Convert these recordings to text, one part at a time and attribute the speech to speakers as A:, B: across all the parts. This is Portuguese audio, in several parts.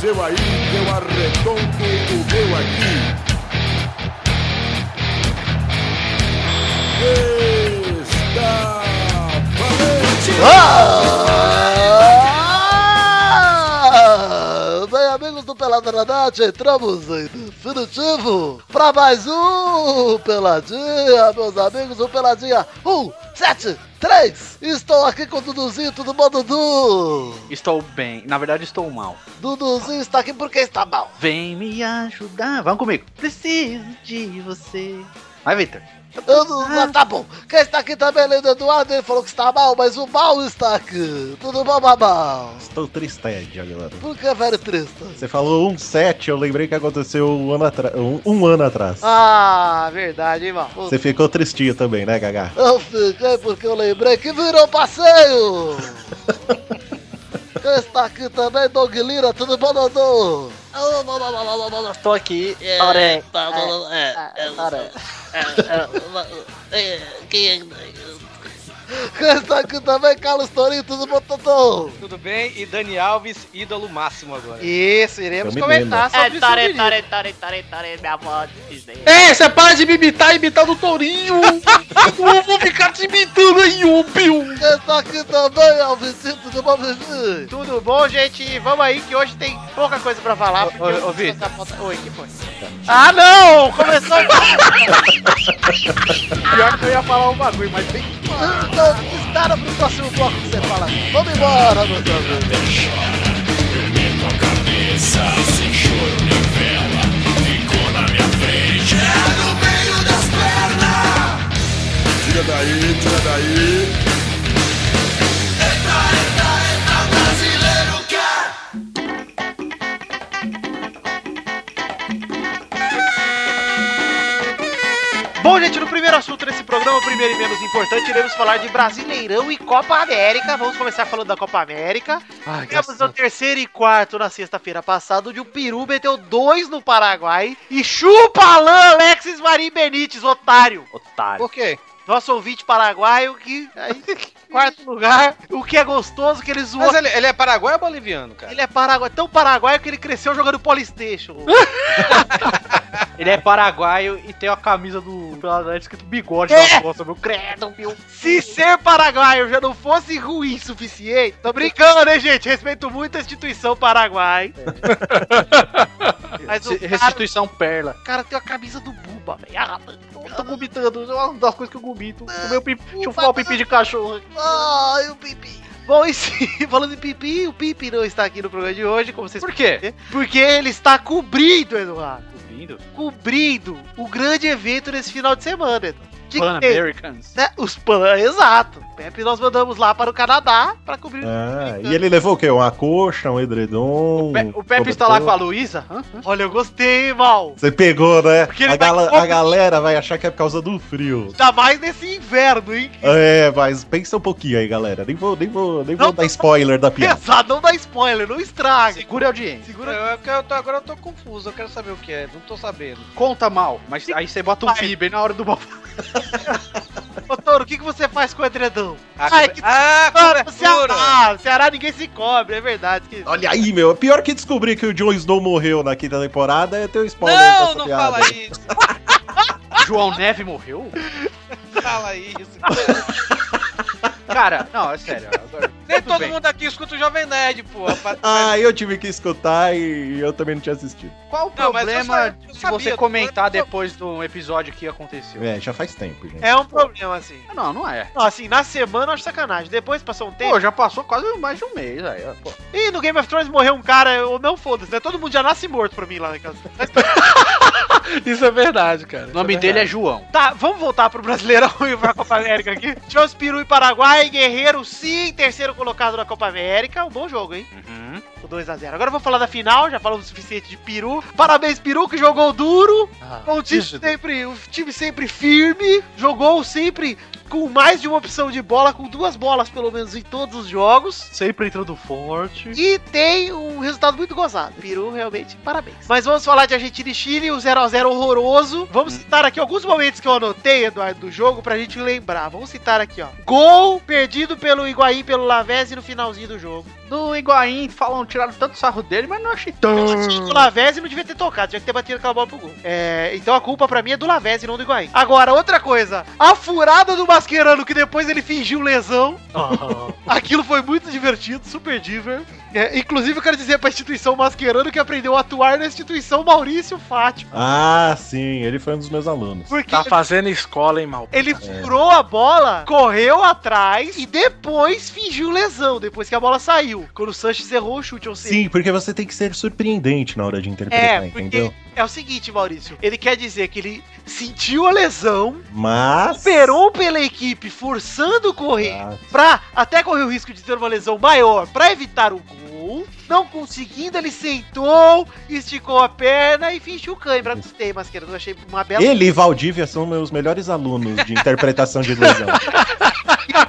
A: seu aí, eu arredondo o meu aqui. Está valente!
B: Ah! Bem, amigos do Pelada na Net, entramos em definitivo para mais um Peladinha, meus amigos, o Peladinha 173. Estou aqui com o Duduzinho, tudo bom, Dudu?
C: Estou bem. Na verdade, estou mal.
B: Duduzinho está aqui porque está mal.
C: Vem me ajudar. Vamos comigo. Preciso de você. Vai, Victor.
B: Eu não, mas tá bom. Quem está aqui também, além do Eduardo, ele falou que está mal, mas o mal está aqui. Tudo bom, Babal?
D: Estou tristede agora.
B: Por que, velho triste?
D: Você falou um 7, eu lembrei que aconteceu um ano, atra- um, um ano atrás.
B: Ah, verdade, hein, mano?
D: Você ficou tristinho também, né, Gagá?
B: Eu fiquei é porque eu lembrei que virou passeio! Quem está aqui também, Dog Lira, tudo bom, Dodô?
E: Estou aqui. É,
F: Ore.
G: Ah,
E: tá, não, é, é, é, é, é, quem é-
B: Quem está aqui também, Carlos Torinho, tudo bom, Totô?
F: Tudo bem? E Dani Alves, ídolo máximo agora.
H: Isso,
D: Eu
H: iremos
D: me
H: comentar sobre
E: É,
H: isso.
E: tare, tare, tare, tare, tare, minha avó Disney.
F: É, você para de me imitar, imitar do Tourinho! Eu vou ficar te imitando aí, ô Pio!
B: Quem está aqui também, Alvicinho, tudo bom, Vivi?
H: Tudo bom, gente? E Vamos aí que hoje tem pouca coisa pra falar. porque
F: ô,
H: eu
F: ô, Vi.
H: preciso passar pauta- Oi, que foi?
F: Ah, não!
H: Começou
F: Pior que eu ia falar um bagulho, mas tem
B: Então, espera pro próximo bloco que você fala. Vamos embora, meus amigos.
A: Tira daí, tira daí.
H: Bom, gente, no primeiro assunto desse programa, o primeiro e menos importante, iremos falar de Brasileirão e Copa América. Vamos começar falando da Copa América.
F: Ai,
H: Tivemos o terceiro e quarto na sexta-feira passada, onde o Peru meteu dois no Paraguai. E chupa Alain Alexis Marim Benítez, otário!
C: Otário.
F: Por quê?
H: Nosso ouvinte paraguaio que... aí, quarto lugar. O que é gostoso que ele zoou...
F: Mas ele, ele é paraguaio ou boliviano, cara?
H: Ele é paraguaio, tão paraguaio que ele cresceu jogando Polystation.
F: Ah!
E: Ele é paraguaio e tem a camisa do Pelado escrito bigode
H: É.
E: na costa, meu credo, meu.
H: Se ser paraguaio já não fosse ruim o suficiente, tô brincando, hein, gente? Respeito muito a instituição Paraguai.
E: É.
H: Mas o
E: Esse-
H: cara,
E: Restituição Perla.
H: o cara tem a camisa do Buba, velho. Ah, mano,
E: Eu tô vomitando, é uma das coisas que eu vomito. Tomei o pipi, deixa eu falar o pipi de cachorro aqui.
B: Ai, o Pipi.
H: Bom, e sim, falando em Pipi, o Pipi não está aqui no programa de hoje, como vocês
F: Por quê?
H: podem ver, porque ele está cobrindo, Eduardo.
E: Cobrindo?
H: Cobrindo o grande evento nesse final de semana, Eduardo. De
E: Pan
F: é?
H: que-
E: Americans.
H: né, os Pan, exato. Pepe nós mandamos lá para o Canadá para cobrir.
D: Ah, e ele levou o quê? Uma coxa, um edredom?
F: O, Pe- o Pepe está lá com a
D: cobertor?
F: Luísa? Hã?
H: Olha, eu gostei, mal.
D: Você pegou, né?
H: Porque ele
D: A,
H: tá
D: gala-
H: com-
D: a galera vai achar que é por causa do frio.
H: Ainda mais nesse inverno, hein?
D: É, mas pensa um pouquinho aí, galera. Nem vou, nem vou, nem vou
H: Não,
D: dar spoiler da piada.
H: Pesado, não dá spoiler, não
F: Ah,
H: estraga.
E: Segura a audiência.
H: Segura.
F: Eu- é eu- eu tô- agora eu tô confuso, eu quero saber o que é, não tô sabendo.
E: Conta mal, mas aí você bota um
H: Vai.
E: pi bem na hora do mal.
H: Ô, Toro, o que, que você faz com o edredom?
F: Ah,
H: que
E: É
F: ah
H: Ah, no
F: cobertura.
H: Ceará, no Ceará ninguém se cobre, é verdade. Que...
D: Olha aí, meu. É Pior que descobrir que o Jon Snow morreu na quinta temporada é ter um spoiler
F: Não, não fala isso,
E: João Neve morreu?
F: não fala isso.
E: Cara, não, é sério. Agora,
F: Nem
E: tudo
F: todo
E: bem.
F: mundo aqui escuta o Jovem Nerd, pô.
D: Ah, eu tive que escutar e eu também não tinha assistido.
E: Qual o
F: Não, mas eu
E: problema
F: sa- eu
E: de
F: sabia,
E: você
F: eu tô
E: comentar
F: falando-
E: depois do episódio que aconteceu?
D: É, já faz tempo, gente.
H: É um problema, assim.
E: Ah, Não, não é.
H: Não, assim, na semana eu acho sacanagem. Depois passou um tempo.
E: Pô, já passou quase mais de um mês aí. ó, pô.
H: Ih, no Game of Thrones morreu um cara, eu não foda-se, né? Todo mundo já nasce morto pra mim lá naquela. Mas
F: Isso é verdade, cara.
E: O nome dele é João.
H: tá, vamos voltar pro Brasileirão e pra Copa América aqui. Tivemos Peru e Paraguai, Guerreiro, sim, terceiro colocado na Copa América. Um bom jogo, hein?
E: Uhum.
H: O 2x0. Agora eu vou falar da final, já falamos o suficiente de Peru. Parabéns, Peru, que jogou duro.
E: Ah,
H: Um time sempre, um time sempre firme. Jogou sempre com mais de uma opção de bola, com duas bolas pelo menos em todos os jogos.
E: Sempre entrando forte.
H: E tem um resultado muito gozado. Peru, realmente, parabéns. Mas vamos falar de Argentina e Chile, um o 0x0 horroroso.
E: Hum.
H: Vamos citar aqui alguns momentos que eu anotei, Eduardo, do jogo, pra gente lembrar. Vamos citar aqui, ó. Gol perdido pelo Higuaín, pelo Lavezzi no finalzinho do jogo.
E: Do Higuaín, falam, tiraram tanto sarro dele, mas não achei
H: Eu
E: tanto.
H: acho que o Lavezzi não devia ter tocado, tinha que ter batido aquela bola pro gol. É, então a culpa pra mim é do Lavezzi, não do Higuaín. Agora, outra coisa. A furada do Mascherano, que depois ele fingiu lesão.
F: Oh.
H: Aquilo foi muito divertido, super diver. É, inclusive, eu quero dizer pra instituição Mascherano que aprendeu a atuar na instituição Maurício Fátio.
D: Ah, sim, ele foi um dos meus alunos.
H: Porque
F: Tá É. fazendo escola, hein, mal.
H: ele furou a bola, correu atrás e depois fingiu lesão, depois que a bola saiu. Quando o Sanches errou o chute, ou seja,
D: Sim, porque você tem que ser surpreendente na hora de interpretar,
H: É, porque
D: entendeu?
H: é o seguinte, Maurício. Ele quer dizer que ele sentiu a lesão,
D: Mas.
H: operou pela equipe, forçando correr,
D: Ah,
H: pra até correr o risco de ter uma lesão maior, pra evitar o gol. Não conseguindo, ele sentou, esticou a perna e fingiu cãibra. Gostei, Masqueira, eu achei uma bela.
D: Ele e Valdívia são meus melhores alunos de interpretação de lesão.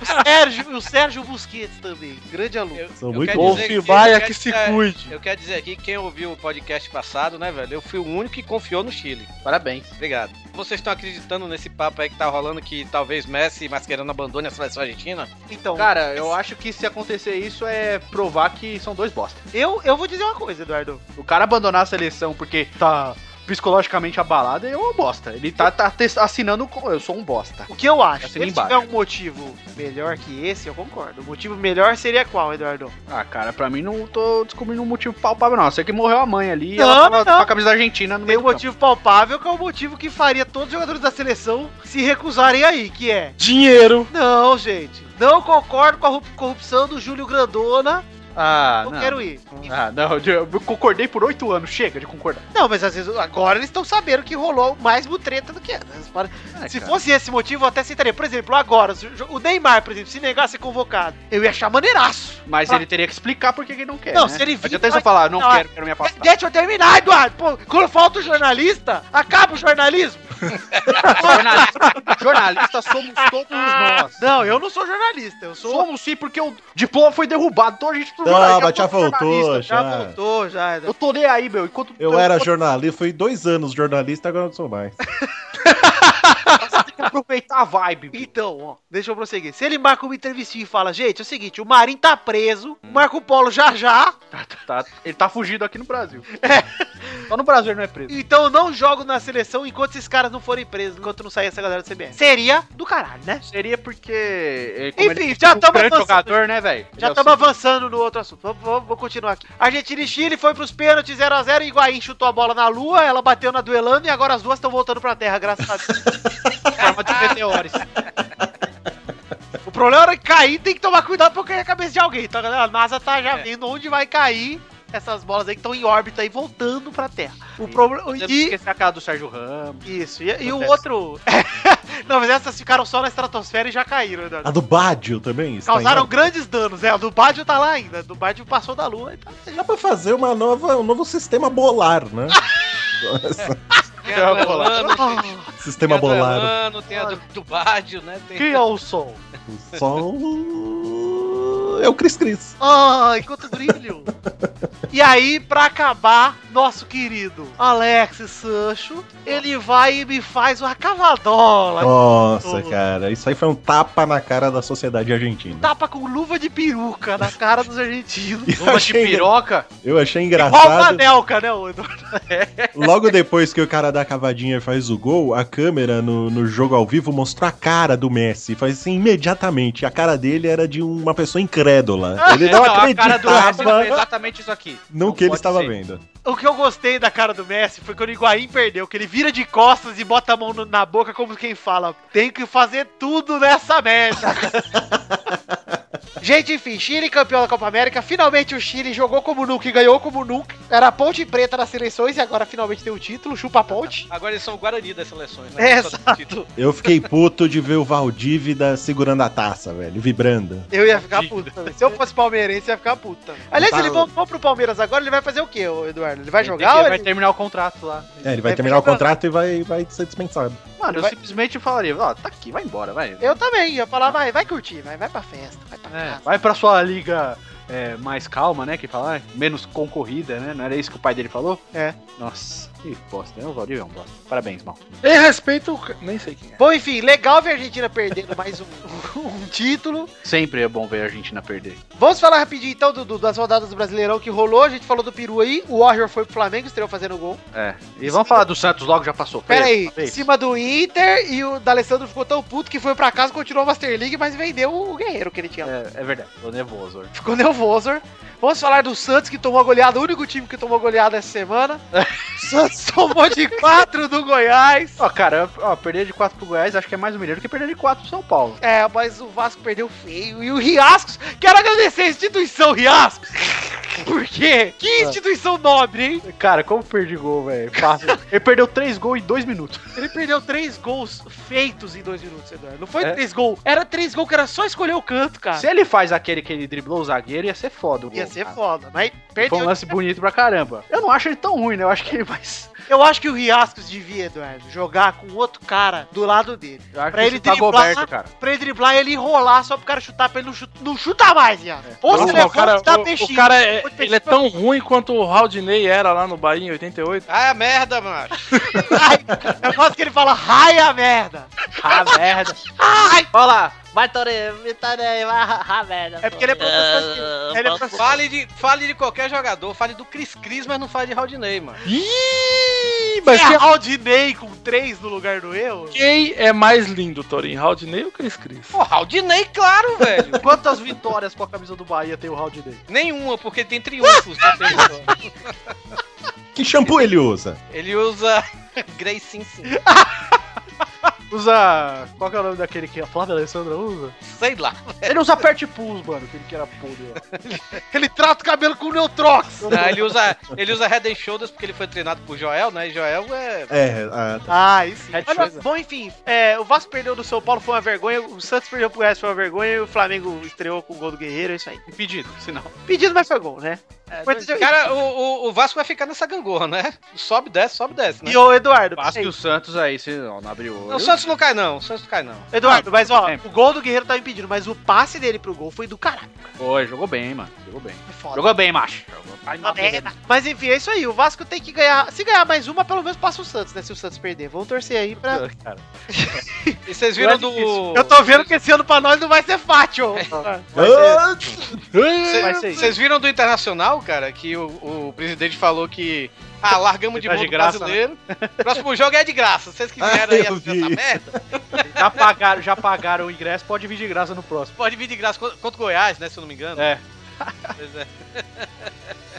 H: O Sérgio, o Sérgio Busquets também, grande aluno.
I: Eu-
D: Sou
I: eu
D: muito
I: quero
D: bom.
I: dizer
F: Ouve, vai,
I: eu
F: é
I: quero
F: que se
I: dizer-
F: cuide.
I: Eu quero dizer aqui, quem ouviu o podcast passado, né, velho? Eu fui o único que confiou no Chile.
C: Parabéns.
I: Obrigado. Vocês estão acreditando nesse papo aí que tá rolando que talvez Messi e Mascherano abandone a seleção argentina?
H: Então,
E: Cara, eu acho que se acontecer isso é provar que são dois bosta.
H: eu, eu vou dizer uma coisa, Eduardo.
E: O cara abandonar a seleção porque tá psicologicamente abalado é uma bosta. Ele tá, tá te- assinando com eu sou um bosta.
H: O que eu acho? Se
E: Assina
H: ele
E: embaixo.
H: tiver um motivo melhor que esse, eu concordo. O motivo melhor seria qual, Eduardo?
E: Ah, cara, pra mim não tô descobrindo um motivo palpável não. Eu sei que morreu a mãe ali e
H: Não,
E: ela tava
H: não.
E: com a camisa da Argentina no
H: Tem
E: meio
H: um
E: do campo.
H: motivo palpável que é o motivo que faria todos os jogadores da seleção se recusarem aí, que é.
F: Dinheiro.
H: Não, gente. Não concordo com a ru- corrupção do Júlio Grandona.
E: Ah,
H: não,
E: não.
H: quero ir.
E: Ah, não, eu eu concordei por oito anos, chega de concordar.
H: Não, mas às vezes agora eles estão sabendo que rolou mais mutreta do que era. Eles param-
E: É,
H: se fosse esse motivo, eu até aceitaria. Por exemplo, agora, se o jo- o Neymar, por exemplo, se negar a ser convocado, eu ia achar maneiraço.
E: Mas
H: Ah.
E: ele teria que explicar por que que ele não quer.
H: Não,
E: né?
H: se ele vir-
E: Não adianta só falar, não,
H: Não,
E: quero, quero me
H: De-
E: afastar.
H: Deixa eu terminar, Eduardo. Pô, quando falta o jornalista, acaba o jornalismo.
E: Jornalista, jornalista somos todos nós.
H: Não, eu não sou jornalista. Eu sou.
E: Ah, Somos sim, porque o diploma foi derrubado, então a gente
D: Não,
E: jornalista,
D: Tá, mas já
E: todo jornalista. né?
D: voltou,
H: Já
D: já.
H: voltou, já. né. Eduardo.
E: Eu tô nem aí, meu. Enquanto
D: Eu era jornalista, fui dois anos jornalista, agora não sou mais.
E: tem que aproveitar a vibe. bicho.
H: Então, ó, deixa eu prosseguir. Se ele marca uma entrevistinha e fala, gente, é o seguinte, o Marinho tá preso, o Marco Polo já já,
E: Tá- ele tá fugido aqui no Brasil. Só no Brasil ele não é preso.
H: então eu não jogo na seleção enquanto esses caras não forem presos, enquanto não sair essa galera do CBS. Seria do caralho, né?
E: Seria porque. ele- como
H: Enfim,
E: ele
H: já
E: um
H: tamo
E: grande
H: avançando.
E: jogador, né, velho?
H: Já
E: Ele é o
H: estamos avançando no outro assunto. Vamos, vamos- vou continuar aqui. Argentina e Chile foi pros pênaltis 0x0. Higuaín chutou a bola na lua, ela bateu na duelando e agora as duas estão voltando pra terra, graças a Deus. Forma de meteores. O problema era que cair, tem que tomar cuidado pra não cair a cabeça de alguém. Então, galera, a NASA tá já
I: É.
H: vendo onde vai cair essas bolas aí que estão em órbita e voltando pra terra. O problema. E.
E: Esqueci a cara do Sérgio Ramos.
H: Isso. E, e o
E: Acontece.
H: outro. não, mas essas ficaram só na estratosfera e já caíram, né?
D: A do Bádio também? está
H: Causaram
D: Tá em-
H: grandes danos, é. A do Bádio tá lá ainda. A do Bádio passou da lua e tá.
D: Dá pra fazer uma nova, um novo sistema bolar, né?
H: É,
I: Tem a do
E: bola.
I: Elano, tem
D: sistema
I: a do
D: bolar.
I: Elano, tem a do, do Bádio, né? Tem...
H: Quem é o sol?
D: O Sol. É o Cris Cris. Ah,
H: Ai, quanto brilho! e aí, pra acabar, nosso querido Alex Sancho, ele vai e me faz uma cavadola.
D: Nossa,
H: Ô.
D: cara, isso aí foi um tapa na cara da sociedade argentina.
H: Tapa com luva de peruca na cara dos argentinos.
D: Eu
E: Luva de
D: achei,
E: piroca.
D: eu achei
H: Igual o
D: engraçado.
H: Anelka, né, ô Eduardo?
D: Logo depois que o cara da cavadinha faz o gol, a câmera no, no jogo ao vivo mostrou a cara do Messi. Faz assim imediatamente. A cara dele era de uma pessoa incrédula. Ele não
I: Ah, é, a cara do Messi foi
D: acreditava
I: exatamente isso aqui.
D: no que ele
I: pode
D: estava
I: ser.
D: vendo.
H: O que eu gostei da cara do Messi foi quando o Higuaín perdeu, que ele vira de costas e bota a mão no- na boca como quem fala, tem que fazer tudo nessa merda. Gente, enfim, Chile campeão da Copa América. Finalmente o Chile jogou como nunca e ganhou como nunca. Era a ponte preta nas seleções e agora finalmente tem o título, chupa a ponte.
I: Agora eles são o Guarani das seleções,
E: né?
H: É,
I: Só do título.
D: Eu fiquei puto de ver o Valdívida segurando a taça, velho, vibrando.
H: Eu ia ficar puto também. Se eu fosse palmeirense, eu ia ficar puto também. Aliás,
D: Tá.
H: ele voltou pro Palmeiras agora, ele vai fazer o quê, ô Eduardo? Ele vai
E: Ele tem
H: jogar
E: que-
H: ou
E: Vai
H: ele...
E: terminar o contrato lá.
D: É, ele vai
H: Vai
D: terminar o
H: jogar.
D: contrato e vai, vai ser dispensado.
E: Mano, eu
H: Vai-
E: simplesmente falaria, ó, tá aqui, vai embora, vai.
H: Eu também, ia falar, vai, vai curtir, vai, vai pra festa, vai pra
E: É,
H: casa.
E: vai pra sua liga é, mais calma, né? Que fala, ah, menos concorrida, né? Não era isso que o pai dele falou?
H: É.
E: Nossa, que bosta, né? O Valdir é um bosta. Parabéns, mal.
F: Em respeito, nem sei quem é.
H: Bom, enfim, legal ver a Argentina perdendo mais um, um título.
E: Sempre é bom ver a Argentina perder.
H: Vamos falar rapidinho então do, do- das rodadas do Brasileirão que rolou. A gente falou do Peru aí. O Warrior foi pro Flamengo, estreou fazendo gol.
E: É. E vamos falar do Santos logo, já passou. É,
H: Pera
E: Foi
H: aí,
E: essa
H: em
E: vez?
H: cima do Inter e o D'Alessandro ficou tão puto que foi pra casa, continuou a Master League, mas vendeu o guerreiro que ele tinha.
E: É, é verdade, tô nervoso.
F: É.
E: hoje.
H: Ficou nervoso. Vamos falar do Santos que tomou a goleada, o único time que tomou a goleada essa semana. O Santos tomou de 4 do Goiás.
E: Ó, cara, ó, perder de 4 pro Goiás acho que é mais humilhante do que perder de 4 pro São Paulo.
H: É, mas o Vasco perdeu feio. E o Riascos, quero agradecer a instituição Riascos. Por quê?
E: Ah.
H: Que instituição nobre, hein?
E: Cara, como perdi gol, velho? Fácil. Ele perdeu 3 gols em 2 minutos.
H: Ele perdeu três gols feitos em dois minutos, Eduardo. Não foi
E: É.
H: três gols. Era três gols que era só escolher o canto, cara.
E: Se ele faz aquele que ele driblou o zagueiro, ia ser foda. O
H: Ia
E: gol,
H: ser
E: é cara.
H: foda, mas
E: Foi um
H: perdeu.
E: lance bonito pra caramba. Eu não acho ele tão ruim, né? Eu acho que ele vai.
H: Eu acho que o Riascos devia, Eduardo, jogar com outro cara do lado dele.
E: Eu acho
H: Pra
E: que
H: ele
E: isso tá
H: driblar-
E: Goberto, cara.
H: Pra ele driblar, ele enrolar só pro cara chutar, pra ele não, chuta, não chutar mais, Riascos. Ou se
F: É. Nossa,
H: levanta
F: o cara,
H: e dá
F: o- o,
H: é tá peixinho.
F: cara é,
H: Pode
F: ele é tão ruim quanto o Haldinei era lá no Bahia em 88.
I: Ah, merda, macho.
H: Ai, eu gosto que ele fala, ai a merda.
E: Ah, merda.
H: Ai!
G: Olha lá, vai Torê, Vitória, vai, ah, merda.
H: É porque ele é professor.
G: Ah,
H: de- Ele é
G: ah,
H: professor.
I: Fale de, fale de qualquer jogador, fale do Cris Cris, mas não fale de Haldinei, mano.
F: Ih,
H: Mas
F: mas
H: é
F: quem,
H: Aldinei com três no lugar do eu?
F: quem é mais lindo, Torinho? Haldinei ou Cris Cris?
I: Pô, Haldinei, claro, velho.
E: Quantas vitórias com a camisa do Bahia tem o round dele?
I: Nenhuma, porque ele tem triunfos. né, pessoal?
D: Que shampoo ele usa?
I: ele usa Grayson sim.
E: Usa. Qual que é o nome daquele que a Flávia Alessandra usa?
I: Sei lá.
E: Ele usa Pert Pools, mano, aquele que era podre. ó.
H: Ele trata o cabelo com Neutrox.
I: Não, ele usa, ele usa Head and Shoulders porque ele foi treinado por Joel, né? E Joel é.
D: É, a-
H: Ah, isso.
E: Head
H: Olha,
E: shoes,
H: bom, enfim, é, o Vasco perdeu do São Paulo foi uma vergonha, o Santos perdeu pro Goiás foi uma vergonha e o Flamengo estreou com o gol do Guerreiro, é isso aí.
E: Impedido, sinal.
H: Pedido, mas foi gol, né? Mas,
I: Cara, o, o, o Vasco vai ficar nessa gangorra, né? Sobe, desce, sobe, desce, né?
H: e o Eduardo,
E: Vasco
H: peraí.
E: e o Santos aí, se não, não abriu o olho.
I: Não, o Santos não cai, não. O Santos não cai, não.
H: Eduardo, mas ó,
E: é.
H: o gol do Guerreiro tava impedido, mas o passe dele pro gol foi do caralho.
E: Foi, jogou bem, mano. Jogou bem.
H: Foi foda.
E: Jogou bem, macho. Jogou
H: Uma merda. Mas enfim, é isso aí. O Vasco tem que ganhar. Se ganhar mais uma, pelo menos passa o Santos, né? Se o Santos perder. Vamos torcer aí pra.
I: E vocês viram do.
H: Eu tô vendo que esse ano pra nós não vai ser fácil.
D: Ah,
E: Vai ser isso.
I: Vocês viram do Internacional, cara, que o, o presidente falou que. Ah, largamos de
E: Tá
I: mão
E: de
I: do
E: graça,
I: brasileiro. Próximo jogo é de graça. Vocês que
D: Ah,
I: vieram aí
D: eu
I: assistir
D: vi.
I: essa merda,
E: Já pagaram, já pagaram o ingresso, pode vir de graça no próximo.
I: pode vir de graça co- contra o Goiás, né? Se eu não me engano.
E: É.
I: Pois é.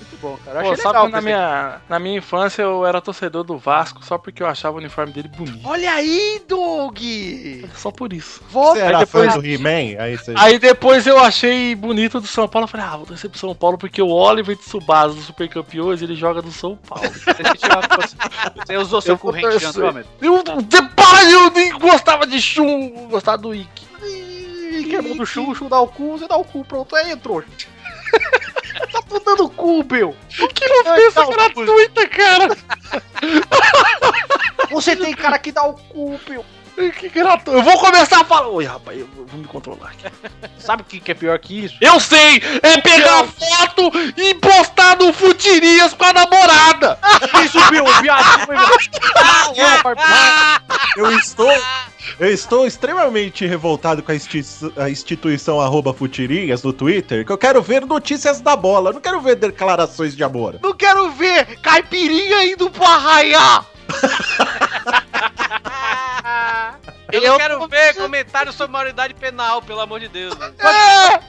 E: Muito bom, cara. Eu
F: Pô,
E: achei
F: sabe
E: legal
F: que na
E: esse-
F: minha, na minha infância eu era torcedor do Vasco só porque eu achava o uniforme dele bonito.
H: Olha aí, Doug!
F: Só por isso.
H: Vou
D: Você era fã
F: depois-
D: do He-Man? Aí você...
F: Aí depois eu achei bonito do São Paulo. Eu falei, ah, vou torcer pro São Paulo porque o Oliver de Tsubasa, do Super Campeões, ele joga do São Paulo.
E: Você tirou a- você- Você usou seu
F: Eu vou
E: corrente de
F: torcer.
E: Andrômeda.
F: Eu, depois eu nem gostava de Shun, eu gostava do Ikki.
E: E queimou do chum, o chum dá o cu, você dá o cu, pronto. Aí entrou. tá apontando o cu, meu. tá
F: Que ofensa gratuita, cara!
E: Você tem cara que dá o cu, meu.
F: Que gratuito. Eu vou começar a falar. Oi, rapaz, eu vou me controlar aqui.
E: Sabe o que que é pior que isso?
F: Eu sei! É pegar foto e postar no Futirias com a namorada!
E: Isso, meu, viado. Foi, meu.
F: um
E: Ah,
D: Eu estou. Eu estou extremamente revoltado com a, insti- a instituição arroba Futirinhas no Twitter, que eu quero ver notícias da bola, eu não quero ver declarações de amor.
H: Não quero ver caipirinha indo pro arraiá!
I: Eu não quero ver comentários sobre maioridade penal, pelo amor de Deus. né?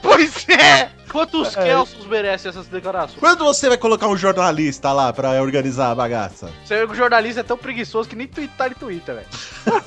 H: Pois é!
E: Quantos Kelsos merecem essas declarações?
D: Quando você vai colocar um jornalista lá pra organizar a bagaça?
E: Você o jornalista é tão preguiçoso que nem tweetar ele twitta, velho.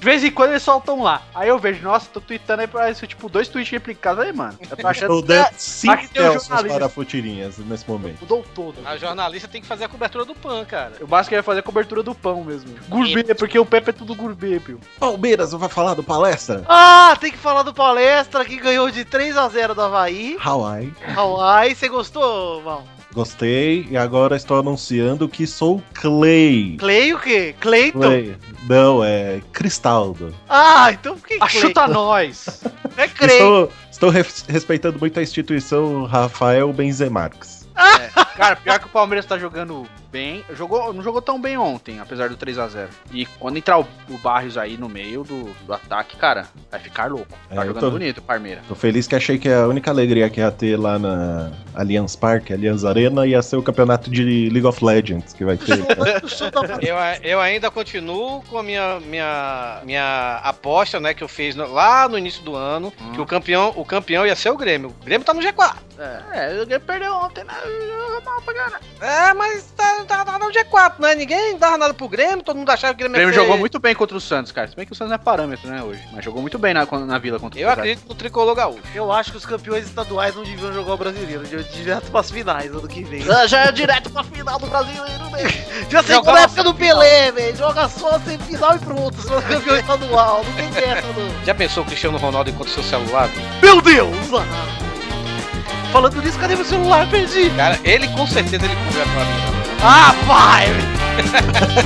E: De vez em quando eles soltam lá. Aí eu vejo, nossa, tô tweetando aí pra isso, tipo, dois tweets replicados aí, mano. Eu tô achando
D: Eu
E: que
D: dei
E: é
D: cinco
E: tem um
D: Celsius
E: jornalista.
D: para Futirinhas nesse momento.
E: o doutor. né?
I: A jornalista tem que fazer a cobertura do PAN, cara.
E: O Basco ia fazer a cobertura do pão mesmo. Gourmet, porque o Pepe é tudo gourmet, meu.
D: Palmeiras não vai falar do palestra?
H: Ah, tem que falar do palestra que ganhou de 3 a 0 do Havaí.
D: Hawaii.
H: Hawaii, você gostou, Mal?
D: Gostei. E agora estou anunciando que sou Clay.
H: Clay o quê? Cleiton?
D: Clay. Não, é Cristaldo.
H: Ah, então fiquei Clay.
E: Achuta nós!
H: Não é Clay.
D: Estou, estou res- respeitando muito a instituição Rafael Benzemarques.
E: Cara, pior que o Palmeiras tá jogando bem. Jogou, não jogou tão bem ontem, apesar do 3 a 0 E quando entrar o, o Barrios aí no meio do, do ataque, cara, vai ficar louco.
D: É,
E: Tá
D: eu
E: jogando
D: tô-
E: bonito o Palmeiras.
D: Tô feliz que achei que a única alegria que ia ter lá na Allianz Parque, Allianz Arena, ia ser o campeonato de League of Legends que vai ter. né?
I: Eu, a- eu ainda continuo com a minha, minha, minha aposta, né, que eu fiz no- lá no início do ano,
E: Hum.
I: que o campeão, o campeão ia ser o Grêmio. O Grêmio tá no G4.
E: É, ele perdeu ontem, né?
I: É, mas tá, tá, tá no G4, né? Ninguém dava nada pro Grêmio, todo mundo achava que o
E: O
I: Grêmio ia
E: Grêmio
I: ser-
E: jogou muito bem contra o Santos, cara. Se bem que o Santos não é parâmetro, né, hoje. Mas jogou muito bem na, na vila contra o
I: Eu acredito no tricolor gaúcho.
H: Eu acho que os campeões estaduais não deviam jogar o brasileiro, deviam ir direto pras finais ano que vem.
G: Ah, Já é direto pra final do Brasileiro, velho.
H: Já sei
G: Igual
H: como
G: a
H: é
G: época do Pelé, velho. Joga só a semifinal e pronto. Você é campeão estadual. Não tem dessa, não.
I: Já pensou o Cristiano Ronaldo enquanto seu celular?
H: Meu Deus! ah. Falando nisso, cadê meu celular? Perdi!
I: Cara, ele com certeza ele cobriu a mim.
H: Ah, vai!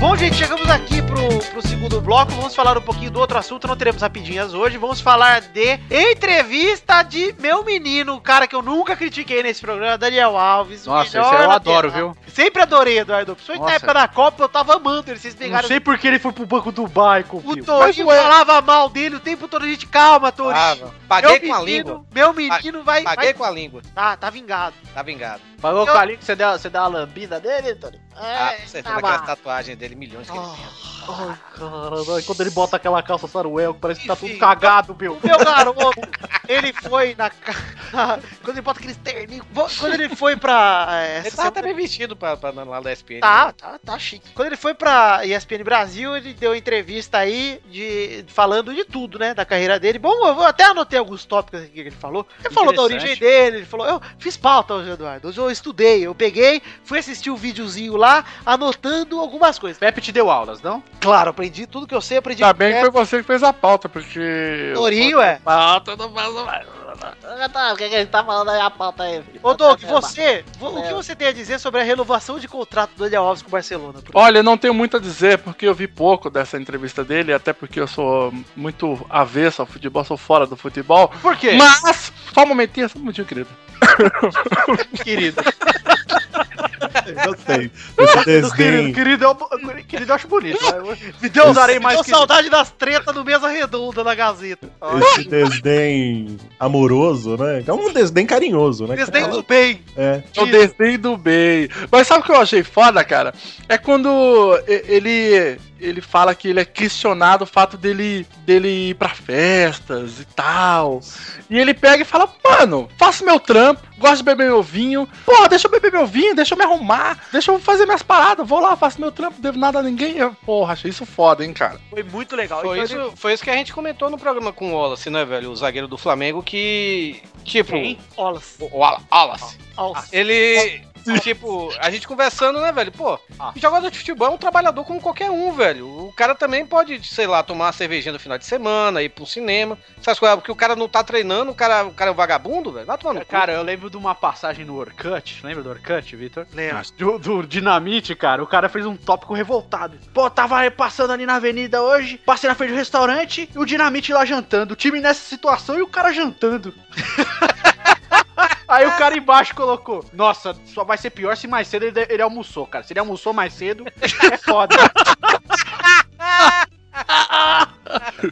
H: Bom, gente, chegamos aqui pro, pro segundo bloco. Vamos falar um pouquinho do outro assunto. Não teremos rapidinhas hoje. Vamos falar de entrevista de meu menino, o cara que eu nunca critiquei nesse programa, Daniel Alves. o
E: Nossa,
H: melhor
E: esse aí eu
H: lateral.
E: adoro, viu?
H: Sempre adorei Eduardo Opções. Na
E: Nossa.
H: época da Copa eu tava amando ele. Vocês
E: Não
H: pegaram.
E: sei por que ele foi pro banco do Baico,
H: O Torinho falava mal dele o tempo todo. Gente, calma, Torinho.
I: Ah, paguei com
H: meu
I: a
H: menino,
I: língua. Ah,
H: Meu menino vai.
I: Paguei
H: vai...
I: com a língua.
H: Tá, tá vingado.
I: Tá vingado.
G: Falou
H: com
G: com
H: a
G: a você deu, você deu uma lambida nele, Tony?
H: É,
I: Ah, com
H: tá
I: certeza aquela tatuagem dele, milhões que ele tem.
F: Ai, cara, quando ele bota aquela calça saruel, parece que tá
H: Enfim,
F: tudo cagado, meu.
H: Meu garoto, ele foi na. ca- quando ele bota aqueles terninhos. vo- Quando ele foi pra. eh,
I: Ele
H: Essa semana-
I: tava até bem vestido pra, pra, lá da SPN.
H: Tá, tá, tá chique. Quando ele foi pra ESPN Brasil, ele deu entrevista aí de falando de tudo, né? Da carreira dele. Bom, eu vou- até anotei alguns tópicos aqui que ele falou. Ele falou da origem dele, ele falou, eu fiz pauta hoje, Eduardo. Hoje eu estudei, eu peguei, fui assistir o videozinho lá, anotando algumas coisas.
E: Pepe te deu aulas, não?
H: Claro, aprendi tudo que eu sei, aprendi.
F: Ainda Tá bem que foi você que fez a pauta, porque.
H: Torinho, é.
F: Pauta eu não faço mais.
G: Ah, tá, o que, que ele tá falando aí a pauta aí, filho? Tá,
H: Ô, Doug, você, vo- o
G: É.
H: que você tem a dizer sobre a renovação de contrato do Daniel Alves com o Barcelona? Porque
F: Olha, não tenho muito a dizer, porque eu vi pouco dessa entrevista dele, até porque eu sou muito avesso ao futebol, sou fora do futebol.
E: Por quê?
F: Mas, só um momentinho, só um momentinho, querido.
E: Querido.
D: Gostei. Esse
E: querido,
D: desdém.
E: querido, é eu, querido eu acho bonito.
H: Me deu,
E: usarei
H: me
E: mais
H: deu
E: que-
H: saudade das tretas do Mesa Redonda na Gazeta.
D: Esse desdém amoroso, né? É um desdém carinhoso, né?
H: Desdém
D: Ela-
H: do bem.
D: É.
F: Eu desdei do bem. Mas sabe o que eu achei foda, cara? É quando e- ele ele fala que ele é questionado o fato dele, dele ir pra festas e tal. E ele pega e fala, mano, faço meu trampo, gosto de beber meu vinho. Porra, deixa eu beber meu vinho, deixa eu me arrumar, deixa eu fazer minhas paradas, vou lá, faço meu trampo, devo nada a ninguém. Eu, porra, achei isso foda, hein, cara.
H: Foi muito legal.
I: Foi
H: Então, ele-
I: isso, foi isso que a gente comentou no programa com o Wallace, né, velho? O zagueiro do Flamengo que. Tipo.
H: Olas.
I: O, o Ala- Wallace.
H: Olas.
I: Ele. Tipo, a gente conversando, né, velho? Pô, o jogador de futebol é um trabalhador como qualquer um, velho. O cara também pode, sei lá, tomar uma cervejinha no final de semana, ir pro cinema. Essas coisas, porque o cara não tá treinando, o cara, o cara é um vagabundo, velho. Vai tomar no cu.
E: Cara, eu lembro de uma passagem no Orcut, lembra do Orcut, Vitor? Ah,
H: Lembro.
E: Do, do Dinamite, cara, o cara fez um tópico revoltado. Pô, tava passando ali na avenida hoje, passei na frente do restaurante e o Dinamite lá jantando. O time nessa situação e o cara jantando. Aí o cara embaixo colocou: Nossa, só vai ser pior se mais cedo ele, ele almoçou, cara. Se ele almoçou mais cedo, é foda.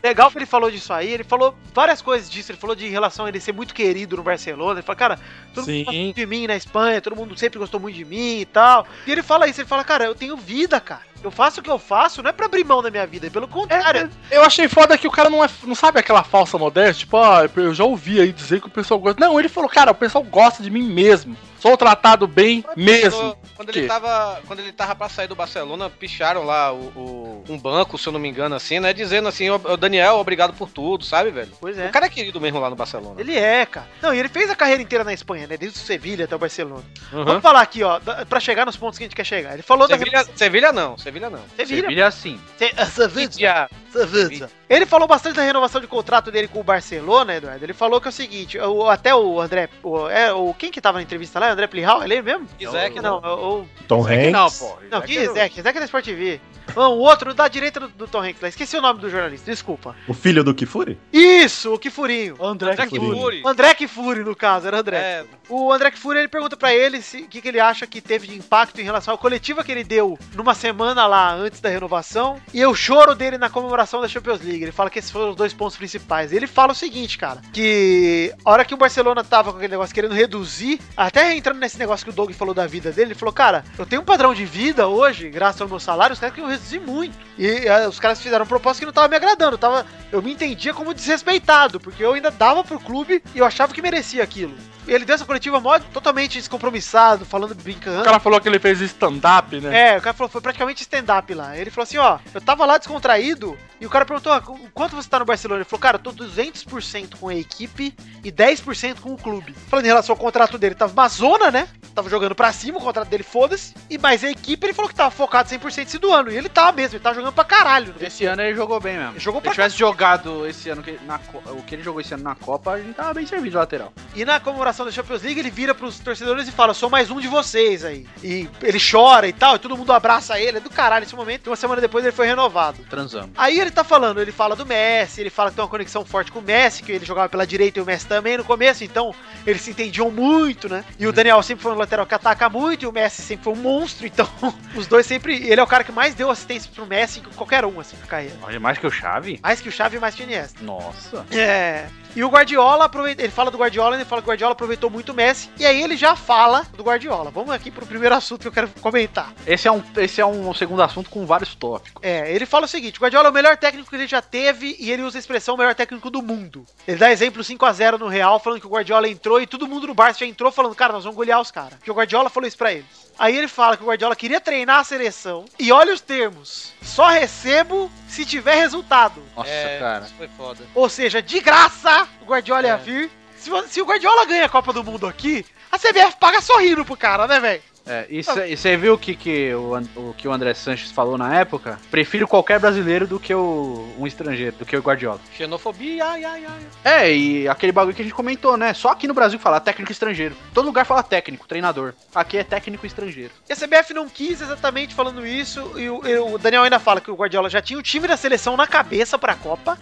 H: Legal que ele falou disso aí. Ele falou várias coisas disso. Ele falou de em relação a ele ser muito querido no Barcelona. Ele falou, cara, todo mundo
F: Sim.
H: gosta de mim na Espanha, todo mundo sempre gostou muito de mim e tal. E ele fala isso, ele fala, cara, eu tenho vida, cara. Eu faço o que eu faço, não é pra abrir mão da minha vida, é pelo contrário.
F: Eu achei foda que o cara não, é, não sabe aquela falsa modéstia, tipo, ah, eu já ouvi aí dizer que o pessoal gosta. Não, ele falou, cara, o pessoal gosta de mim mesmo. Sou tratado bem mesmo.
I: Quando
F: Quê?
I: ele, tava, quando ele tava pra sair do Barcelona, picharam lá o, o- um banco, se eu não me engano, assim, né? Dizendo assim, o Daniel, obrigado por tudo, sabe, velho?
H: Pois é.
I: O cara é querido mesmo lá no Barcelona.
H: Ele é, cara. Não, e ele fez a carreira inteira na Espanha, né? Desde o Sevilha até o Barcelona.
I: Uhum.
H: Vamos falar aqui, ó, da- pra chegar nos pontos que a gente quer chegar. Ele falou
I: Sevilha, Sevilha não, Sevilha não.
H: da Sevilha.
E: Sevilha assim.
B: Essa vídeo,
I: Sevilha.
B: essa vídeo.
H: Ele falou bastante da renovação de contrato dele com o Barcelona, Eduardo. Ele falou que é o seguinte, o- até o André, o, é, o quem que tava na entrevista lá, o André Plihal, ele mesmo?
I: Isaac
H: não, é
I: não.
H: o, o-
D: Tom
I: Isaac
D: Hanks.
I: não, pô.
H: não,
I: Isaac
H: que Isaac, Isaac é da Sport TV. Não, o outro da direita do, do Tom Hanks lá, esqueci o nome do jornalista, desculpa.
D: O filho do Kifuri?
H: Isso, o Kifurinho.
E: André
I: Isaac
D: Fury.
I: Fury.
H: O André Kifuri, no caso, era o André.
I: É,
H: O André Kfouri, ele pergunta pra ele se- o que, que ele acha que teve de impacto em relação à coletiva que ele deu numa semana lá antes da renovação e o choro dele na comemoração da Champions League. Ele fala que esses foram os dois pontos principais. Ele fala o seguinte, cara, que a hora que o Barcelona tava com aquele negócio querendo reduzir, até entrando nesse negócio que o Doug falou da vida dele, ele falou, cara, eu tenho um padrão de vida hoje, graças ao meu salário, os caras queriam reduzir muito. E ah, os caras fizeram proposta que não tava me agradando, tava, eu me entendia como desrespeitado, porque eu ainda dava pro clube e eu achava que merecia aquilo. E ele deu essa coletiva mó, totalmente descompromissado, falando,
F: O
H: brincando.
E: né?
F: cara falou que ele fez stand-up, né?
H: É, o cara falou, foi praticamente stand-up lá. Ele falou assim, ó, eu tava lá descontraído, e o cara perguntou, ó, qu- quanto você tá no Barcelona? Ele falou, cara, eu tô 200% com a equipe e 10% com o clube. Falando em relação ao contrato dele, tava uma zona, né? Tava jogando pra cima, o contrato dele, foda-se. E mais a equipe, ele falou que tava focado 100% esse do ano. E ele tá mesmo, ele tá jogando pra caralho. Ele
E: É, Esse ano ele jogou bem mesmo.
H: jogou
E: Se ele
H: pra
E: tivesse jogado esse ano, que- na Co- o que ele jogou esse ano na Copa, a gente tava bem servido de lateral.
H: E na comemoração da Champions League, ele vira pros torcedores e fala: sou mais um de vocês aí. E ele chora e tal, e todo mundo abraça ele. É do caralho esse momento. E uma semana depois ele foi renovado.
E: Transamos.
H: Aí ele tá falando, ele fala do Messi, ele fala que tem uma conexão forte com o Messi, que ele jogava pela direita e o Messi também no começo, então eles se entendiam muito, né? E o Daniel sempre foi um lateral que ataca muito, e o Messi sempre foi um monstro, então os dois sempre. Ele é o cara que mais deu assistência pro Messi que qualquer um, assim, na carreira.
E: Olha, mais que o Chave?
H: Mais que o Xavi e mais que o Iniesta.
E: Nossa.
H: É. E o Guardiola aproveitou. Ele fala do Guardiola, ele fala que o Guardiola aproveitou muito o Messi. E aí ele já fala do Guardiola. Vamos aqui pro primeiro assunto que eu quero comentar.
E: Esse é um, esse é um segundo assunto com vários tópicos.
H: É, ele fala o seguinte: o Guardiola é o melhor técnico que ele já teve e ele usa a expressão melhor técnico do mundo. Ele dá exemplo 5 a 0 no Real, falando que o Guardiola entrou e todo mundo no Barça já entrou falando, cara, nós vamos golear os caras. Porque o Guardiola falou isso pra eles. Aí ele fala que o Guardiola queria treinar a seleção. E olha os termos: só recebo se tiver resultado.
E: Nossa,
I: é,
E: cara.
I: isso foi foda.
H: Ou seja, de graça, o Guardiola ia vir. Se, vo- se o Guardiola ganha a Copa do Mundo aqui, a CBF paga sorrindo pro cara, né, velho?
E: É, e você viu o que, que o, An- o que o André Sanches falou na época? Prefiro qualquer brasileiro do que o, um estrangeiro, do que o Guardiola.
I: Xenofobia, ai, ai, ai.
E: É, e aquele bagulho que a gente comentou, né? Só aqui no Brasil fala técnico estrangeiro. Todo lugar fala técnico, treinador. Aqui é técnico estrangeiro.
H: E a CBF não quis exatamente falando isso. E o, e o Daniel ainda fala que o Guardiola já tinha o time da seleção na cabeça pra Copa.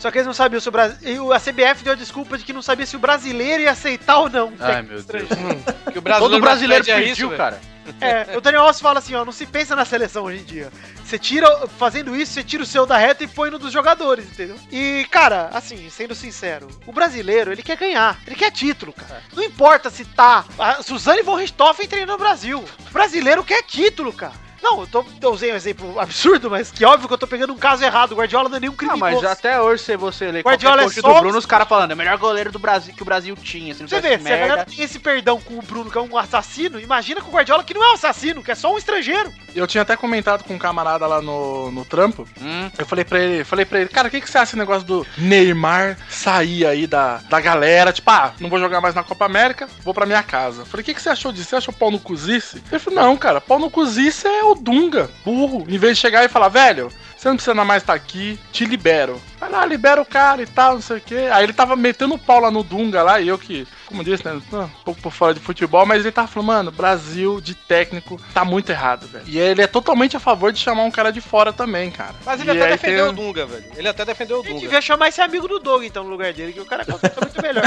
H: só que eles não sabiam se o Brasil. E o- a CBF deu a desculpa de que não sabia se o brasileiro ia aceitar ou não.
E: Ai, meu Deus.
I: Que o
E: Todo brasileiro
I: pede é
E: pediu,
I: velho.
E: cara.
H: É, o Daniel Alves fala assim, ó, não se pensa na seleção hoje em dia. Você tira, fazendo isso, você tira o seu da reta e põe no dos jogadores, entendeu? E, cara, assim, sendo sincero, o brasileiro, ele quer ganhar, ele quer título, cara.
E: É.
H: Não importa se tá a Suzane von Richthofen treinando o Brasil. O brasileiro quer título, cara. Não, eu, tô, eu usei um exemplo absurdo, mas que óbvio que eu tô pegando um caso errado. O Guardiola não é nenhum
E: Ah, mas
H: criminoso.
E: até hoje, se você ler
H: Guardiola
E: qualquer post
H: é só-
E: do Bruno, os caras falando, é o melhor goleiro do Brasil que o Brasil tinha. Se não
H: Você
E: tivesse
H: vê, se a
E: merda.
H: galera tem esse perdão com o Bruno, que é um assassino, imagina com o Guardiola que não é um assassino, que é só um estrangeiro.
F: Eu tinha até comentado com um camarada lá no, no trampo.
I: Hum.
F: Eu falei pra ele, falei pra ele, cara, o que, que você acha desse negócio do Neymar sair aí da, da galera? Tipo, ah, não vou jogar mais na Copa América, vou pra minha casa. Eu falei, o que, que você achou disso? Você achou pau no cozice? Ele falou, não, cara, pau no cozice é o Dunga, burro. Em vez de chegar e falar, velho, você não precisa mais estar aqui, te libero. Vai lá, libera o cara e tal, não sei o quê. Aí ele tava metendo o pau lá no Dunga lá, e eu que, como disse, né, tô um pouco por fora de futebol, mas ele tava falando, mano, Brasil de técnico tá muito errado, velho. E ele é totalmente a favor de chamar um cara de fora também, cara.
I: Mas ele
F: E
I: até
F: aí
I: defendeu
F: tem-
I: o Dunga, velho. Ele até defendeu o
H: A gente
I: Dunga.
H: devia chamar esse amigo do Doug, então, no lugar dele, que o cara conta muito melhor.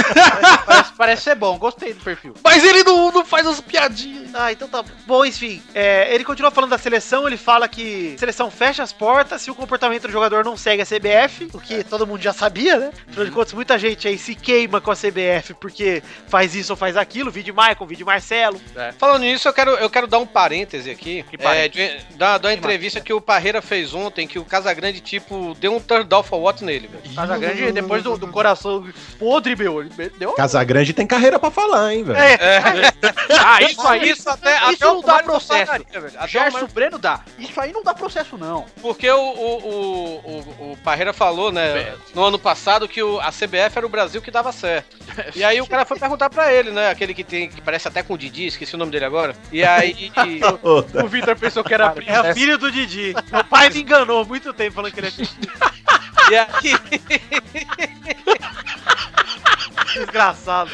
E: Parece, parece ser bom, gostei do perfil.
F: Mas ele não, mundo faz as piadinhas.
H: Ah, então tá bom. Bom, enfim, é, ele continua falando da seleção, ele fala que a seleção fecha as portas se o comportamento do jogador não segue a CBF, o que todo mundo já sabia, né? Afinal de contas, muita gente aí se queima com a CBF porque faz isso ou faz aquilo, vídeo Michael, vídeo Marcelo.
I: É. Falando nisso, eu quero, eu quero dar um parêntese aqui.
H: Que parêntese?
I: É, de, da, da entrevista que o Parreira fez ontem, que o Casagrande, tipo, deu um turn down for what nele, velho.
H: Casa grande, depois do, do coração podre, meu, ele deu.
D: Casagrande tem carreira pra falar, hein, velho?
H: É,
I: Ah, isso aí, isso até,
E: Isso
I: até
E: não
I: o
E: dá
I: Mário
E: processo.
I: pagaria, velho. Até o
E: Gerson
I: Mário-
E: Breno dá. Isso aí não dá processo, não.
I: Porque o, o, o, o- o Parreira falou, né, no ano passado, que o- a CBF era o Brasil que dava certo. E aí o cara foi perguntar pra ele, né, aquele que tem, que parece até com o Didi, esqueci o nome dele agora. E aí...
D: Ô,
E: O Vitor pensou que era primo.
H: É filho do Didi. Meu pai me enganou há muito tempo falando que ele é filho.
I: e aí
H: desgraçado.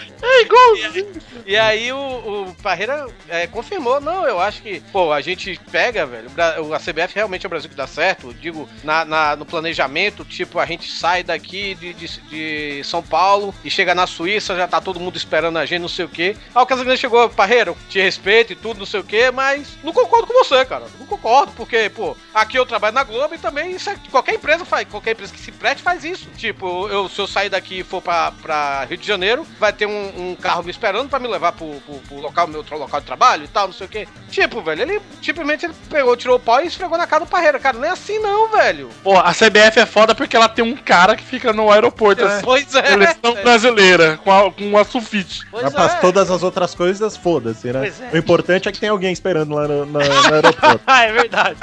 I: E aí o, o Parreira é, confirmou, não, eu acho que, pô, a gente pega, velho, o Bra- o- a CBF realmente é o Brasil que dá certo, eu digo, na, na- no planejamento, tipo, a gente sai daqui de, de- de São Paulo e chega na Suíça, já tá todo mundo esperando a gente, não sei o quê. Aí o Casagrande chegou, Parreira, eu te respeito e tudo, não sei o quê, mas não concordo com você, cara, não concordo, porque, pô, aqui eu trabalho na Globo e também isso é, qualquer empresa faz, qualquer empresa que se preste faz isso. Tipo, eu, se eu sair daqui e for pra, pra Rio de Janeiro, vai ter um, um carro me esperando pra me levar pro, pro, pro local, meu tro- local de trabalho e tal, não sei o quê. Tipo, velho, ele simplesmente ele pegou, tirou o pau e esfregou na cara do parreira. Cara, não é assim não, velho.
F: Pô, a CBF é foda porque ela tem um cara que fica no aeroporto, assim.
I: Pois é.
F: Seleção
I: velho.
F: brasileira, com, a, com a sulfite.
I: Pois
D: Já faz
I: é.
D: todas as outras coisas, foda-se, né?
H: Pois é.
D: O importante é que tem alguém esperando lá no, na- no aeroporto.
H: Ah, é verdade.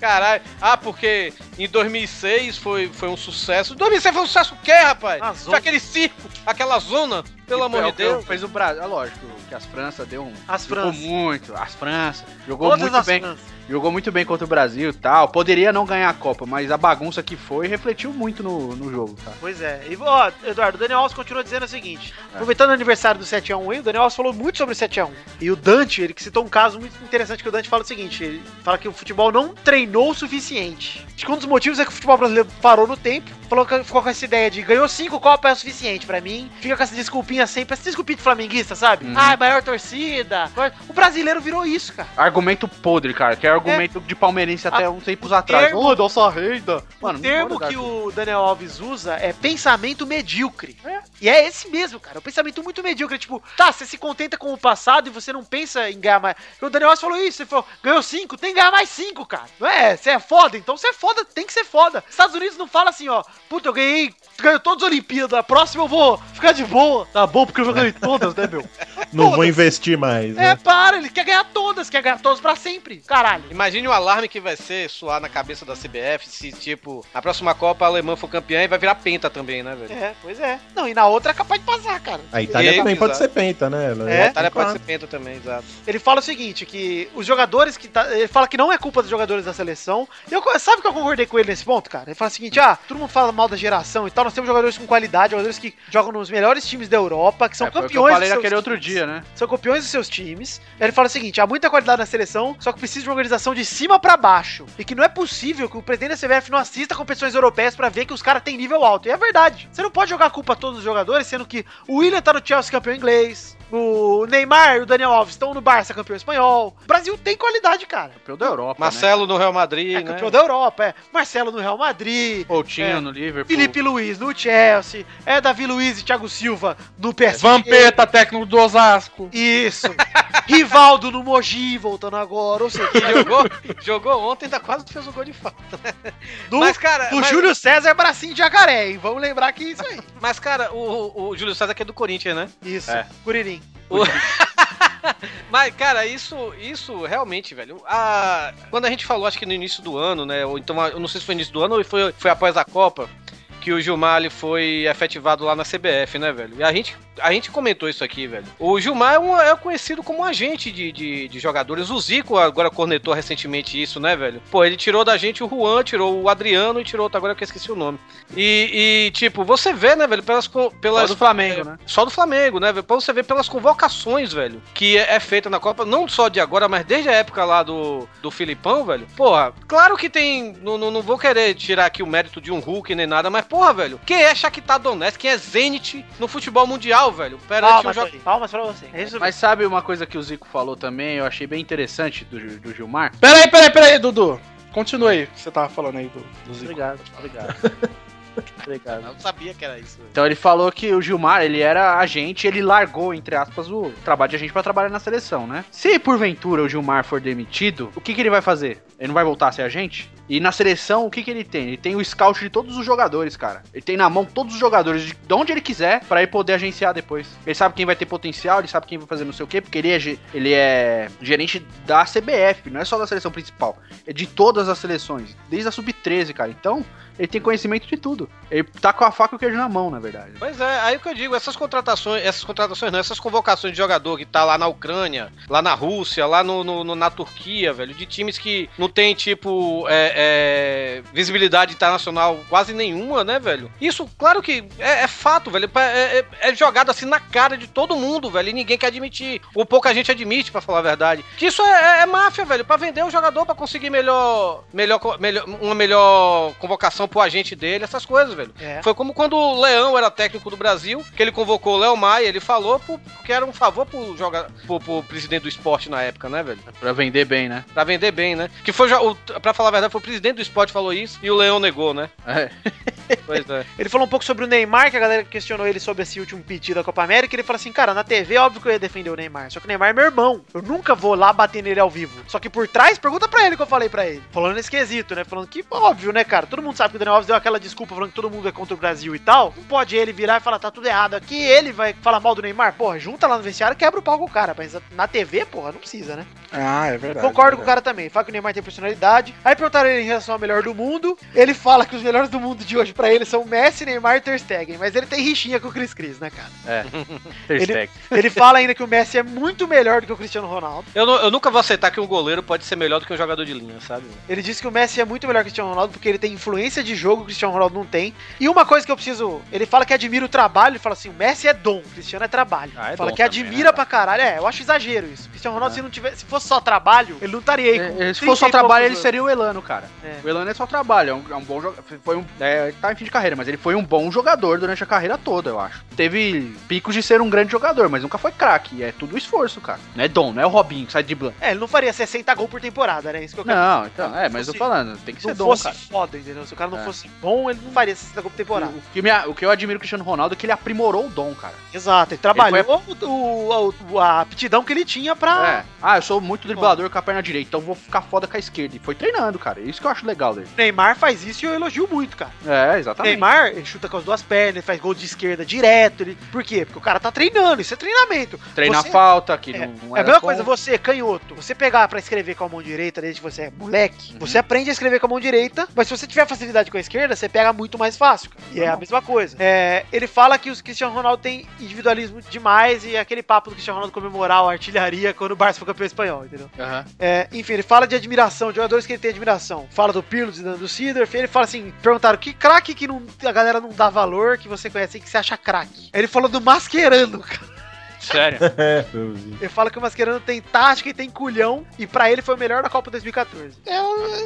I: Caralho. Ah, porque em 2006 foi, foi um sucesso. 2006 foi um sucesso o quê, rapaz?
H: Uma
I: Foi
H: zona.
I: aquele circo, aquela zona, pelo amor de Deus.
E: Fez o Brasil. É lógico que as França deu um.
H: As
E: Jogou
H: Franças.
E: muito, as França. Jogou
H: Todas
E: muito
H: as
E: bem.
H: Franças.
E: Jogou muito bem contra o Brasil e tal. Poderia não ganhar a Copa, mas a bagunça que foi refletiu muito no, no jogo, tá?
H: Pois é. E, ó, Eduardo, o Daniel Alves continua dizendo o seguinte:
E: É.
H: aproveitando o aniversário do 7x1 aí, o Daniel Alves falou muito sobre o 7x1. E o Dante, ele que citou um caso muito interessante que o Dante fala o seguinte: ele fala que o futebol não treinou o suficiente. Acho que um dos motivos é que o futebol brasileiro parou no tempo, falou que ficou com essa ideia de ganhou cinco Copas é o suficiente pra mim. Fica com essa desculpinha sempre, essa desculpinha de flamenguista, sabe?
E: Uhum.
H: Ah, maior torcida. maior- O brasileiro virou isso, cara.
E: Argumento podre, cara, que é argumento de palmeirense até uns tempos atrás.
H: termo-
E: Ô, nossa renda!
H: O
E: não
H: termo
E: pode
H: que
E: dar.
H: o Daniel Alves usa é pensamento medíocre. E é esse mesmo, cara. É um pensamento muito medíocre. Tipo, tá, você se contenta com o passado e você não pensa em ganhar mais. O Daniel Alves falou isso. Ele falou, ganhou cinco, tem que ganhar mais cinco, cara. Não é? Você é foda, então você é foda, tem que ser foda. Estados Unidos não fala assim, ó. Puta, eu ganhei, ganho todas as Olimpíadas. A próxima eu vou ficar de boa. Tá bom, porque eu já ganhei todas, né, meu?
D: Não vou investir mais,
H: É,
D: né?
H: para, ele quer ganhar todas, quer ganhar todas pra sempre. Caralho.
I: Imagine o alarme que vai ser soar na cabeça da CBF se, tipo, na próxima Copa a Alemã for campeã e vai virar penta também, né, velho?
H: É, pois é. Não, e na outra é capaz de passar, cara.
D: A Itália
I: É,
D: também pode
I: exato.
D: ser penta, né? Ela-
H: É.
I: A Itália pode ser penta também, exato.
H: Ele fala o seguinte, que os jogadores que tá, ele fala que não é culpa dos jogadores da seleção. Eu sabe que eu concordei com ele nesse ponto, cara. Ele fala o seguinte, ah, todo mundo fala mal da geração e tal, nós temos jogadores com qualidade, jogadores que jogam nos melhores times da Europa, que são
E: É, foi o que
H: campeões.
E: eu falei
H: dos seus
E: naquele outro
H: times.
E: dia, né?
H: São campeões dos seus times. Ele fala o seguinte: há muita qualidade na seleção, só que precisa de uma organização de cima pra baixo. E que não é possível que o presidente da CBF não assista competições europeias pra ver que os caras têm nível alto. E é verdade. Você não pode jogar a culpa a todos os jogadores, sendo que o William tá no Chelsea campeão inglês. O Neymar e o Daniel Alves estão no Barça campeão espanhol. O Brasil tem qualidade, cara.
E: Campeão da Europa, né?
I: Marcelo no Real Madrid,
H: É
I: né?
H: campeão da Europa, é. Marcelo no Real Madrid.
E: Coutinho
H: É.
E: no Liverpool.
H: Felipe Luiz no Chelsea. É Davi Luiz e Thiago Silva no PSG.
F: Vampeta, técnico do Osasco.
H: Isso. Rivaldo no Mogi, voltando agora. Ou seja,
I: Jogou, jogou ontem, ainda quase fez o gol de falta.
H: do,
I: Mas, cara,
H: do
I: mas,
H: Júlio César bracinho de jacaré, hein? Vamos lembrar que é isso aí.
I: mas, cara o, o- o Júlio César que é do Corinthians, né?
H: Isso,
E: É.
H: Curirim.
I: Mas, cara, isso, isso realmente, velho. a- quando a gente falou, acho que no início do ano, né? Ou então, eu não sei se foi no início do ano ou foi, foi após a Copa, que o Gilmar ele foi efetivado lá na CBF, né, velho? E a gente, a gente comentou isso aqui, velho. O Gilmar é, um- é conhecido como um agente de, de, de jogadores. O Zico agora cornetou recentemente isso, né, velho? Pô, ele tirou da gente o Juan, tirou o Adriano e tirou outro agora que eu esqueci o nome. E, e, tipo, você vê, né, velho, pelas. co-
E: Só
I: pelas é,
E: do Flamengo, né?
I: só do Flamengo, né? velho? Pra você ver pelas convocações, velho, que é, é feita na Copa, não só de agora, mas desde a época lá do, do Filipão, velho. Porra, claro que tem. Não, não, não vou querer tirar aqui o mérito de um Hulk nem nada, mas, porra, velho. Quem é Shakhtar Donetsk, quem é Zenit no futebol mundial, velho? Perante um
H: Palmas,
I: jogo...
H: pra- palmas pra você. É isso
E: Mas sabe uma coisa que o Zico falou também, eu achei bem interessante do, Gil- do Gilmar?
F: Peraí, peraí, peraí, Dudu. Continua aí o que você tava falando aí do, do Zico.
E: Obrigado, obrigado. obrigado.
G: Eu sabia que era isso.
E: Então ele falou que o Gilmar, ele era agente, ele largou, entre aspas, o trabalho de agente pra trabalhar na seleção, né? Se porventura o Gilmar for demitido, o que, que ele vai fazer? Ele não vai voltar a ser agente? E na seleção, o que, que ele tem? Ele tem o scout de todos os jogadores, cara. Ele tem na mão todos os jogadores de de onde ele quiser pra ele poder agenciar depois. Ele sabe quem vai ter potencial, ele sabe quem vai fazer não sei o quê, porque ele é, ge- ele é gerente da CBF, não é só da seleção principal. É de todas as seleções, desde a sub-13, cara. Então, ele tem conhecimento de tudo. Ele tá com a faca e o queijo na mão, na verdade.
I: Pois é, aí o que eu digo, essas contratações, essas contratações não, essas convocações de jogador que tá lá na Ucrânia, lá na Rússia, lá no, no- no- na Turquia, velho, de times que não tem, tipo, é, é, visibilidade internacional quase nenhuma, né, velho? Isso, claro que é, é fato, velho, pa- é, é- é jogado assim na cara de todo mundo, velho, e ninguém quer admitir, ou pouca gente admite, pra falar a verdade, que isso é, é- é máfia, velho, pra vender um jogador pra conseguir melhor, melhor, co- melhor, uma melhor convocação pro agente dele, essas coisas, velho.
H: É.
I: Foi como quando o Leão era técnico do Brasil, que ele convocou o Léo Maia, ele falou pro- que era um favor pro, joga, pro, pro presidente do esporte na época, né, velho?
E: Pra vender bem, né?
I: Pra vender bem, né? Que foi, já- o, pra falar a verdade, foi o presidente do esporte que falou isso e o Leão negou, né?
E: É.
I: Pois é.
H: Ele falou um pouco sobre o Neymar, que a galera questionou ele sobre esse último pedido da Copa América. Ele falou assim: cara, na TV, óbvio que eu ia defender o Neymar. Só que o Neymar é meu irmão. Eu nunca vou lá bater nele ao vivo. Só que por trás, pergunta pra ele o que eu falei pra ele. Falando nesse quesito, né? Falando que, óbvio, né, cara? Todo mundo sabe que o Daniel Alves deu aquela desculpa falando que todo mundo é contra o Brasil e tal. Não pode ele virar e falar, tá tudo errado aqui. Ele vai falar mal do Neymar. Porra, junta lá no vestiário e quebra o pau com o cara. Mas na TV, porra, não precisa, né?
F: Ah, é verdade.
H: Concordo com o
F: é verdade.
H: cara também. Fala que o Neymar tem personalidade. Aí perguntaram ele em relação ao melhor do mundo. Ele fala que os melhores do mundo de hoje pra ele são Messi, Neymar e Ter Stegen. Mas ele tem rixinha com o Chris Cris, né, cara?
E: Ter
H: Ele-
E: Stegen.
H: Ele fala ainda que o Messi é muito melhor do que o Cristiano Ronaldo.
I: Eu, nu- eu nunca vou aceitar que um goleiro pode ser melhor do que um jogador de linha, sabe?
H: Ele disse que o Messi é muito melhor que o Cristiano Ronaldo porque ele tem influência de jogo, o Cristiano Ronaldo não tem. E uma coisa que eu preciso... Ele fala que admira o trabalho. Ele fala assim, o Messi é dom, o Cristiano é trabalho.
I: Ah, é
H: fala
I: dom
H: que
I: também,
H: admira
I: né, É.
H: pra caralho. É, eu acho exagero isso. O Cristiano Ronaldo, se, não tivesse, se fosse só trabalho, ele não estaria aí com
E: É, é, Se
H: 30 e
E: fosse só trabalho, ele
H: poucos anos.
E: seria o Elano, cara.
H: É.
E: O Elano é só trabalho, é um, é um bom jogador. Foi um, é, ele tá em fim de carreira, mas ele foi um bom jogador durante a carreira toda, eu acho. Teve picos de ser um grande jogador, mas nunca foi craque. É tudo esforço, cara. Não é dom, não é o Robinho que sai de blanco.
H: É, ele não faria 60 gols por temporada, né? Isso que eu quero
E: Não, então, é, mas eu
H: fosse-
E: tô falando, tem que ser
H: não
E: dom,
H: fosse
E: cara.
H: foda, entendeu? Se o cara não
E: É.
H: fosse bom, ele não faria 60 gols por temporada.
E: O que, me, o que eu admiro do Cristiano Ronaldo é que ele aprimorou o dom, cara.
H: Exato, ele trabalhou o, o- o- a aptidão que ele tinha
E: É.
H: pra.
E: Ah, eu sou muito driblador com a perna direita, então vou ficar foda com a esquerda. E foi treinando, cara. É Isso que eu acho legal dele.
H: O Neymar faz isso e eu elogio muito, cara.
E: É,
H: O
E: exatamente.
H: Neymar, ele chuta com as duas pernas, ele faz gol de esquerda direto. Ele... Por quê? Porque o cara tá treinando, isso é treinamento.
E: Treinar
H: Você-
E: falta, que
H: É,
E: não, não
H: é a
E: era
H: mesma
E: bom.
H: coisa, você, canhoto, você pegar pra escrever com a mão direita desde que você é moleque,
E: Uhum.
H: você aprende a escrever com a mão direita, mas se você tiver facilidade com a esquerda, você pega muito mais fácil. cara. E é a mesma coisa. É, ele fala que os Cristiano Ronaldo tem individualismo demais e é aquele papo do Cristiano Ronaldo comemorar a artilharia quando o Barça foi campeão espanhol, entendeu?
E: Aham.
H: É, enfim, ele fala de admiração, de jogadores que ele tem admiração. Fala do Pirlo, do- do Sidorf, ele fala assim, perguntaram que craque que não- a galera não dá valor, que você conhece e que você acha craque. Aí Ele falou do Mascherano, cara.
I: Sério.
D: É, eu vi.
H: Ele fala que o Mascherano tem tática e tem culhão, e pra ele foi o melhor da Copa 2014. É,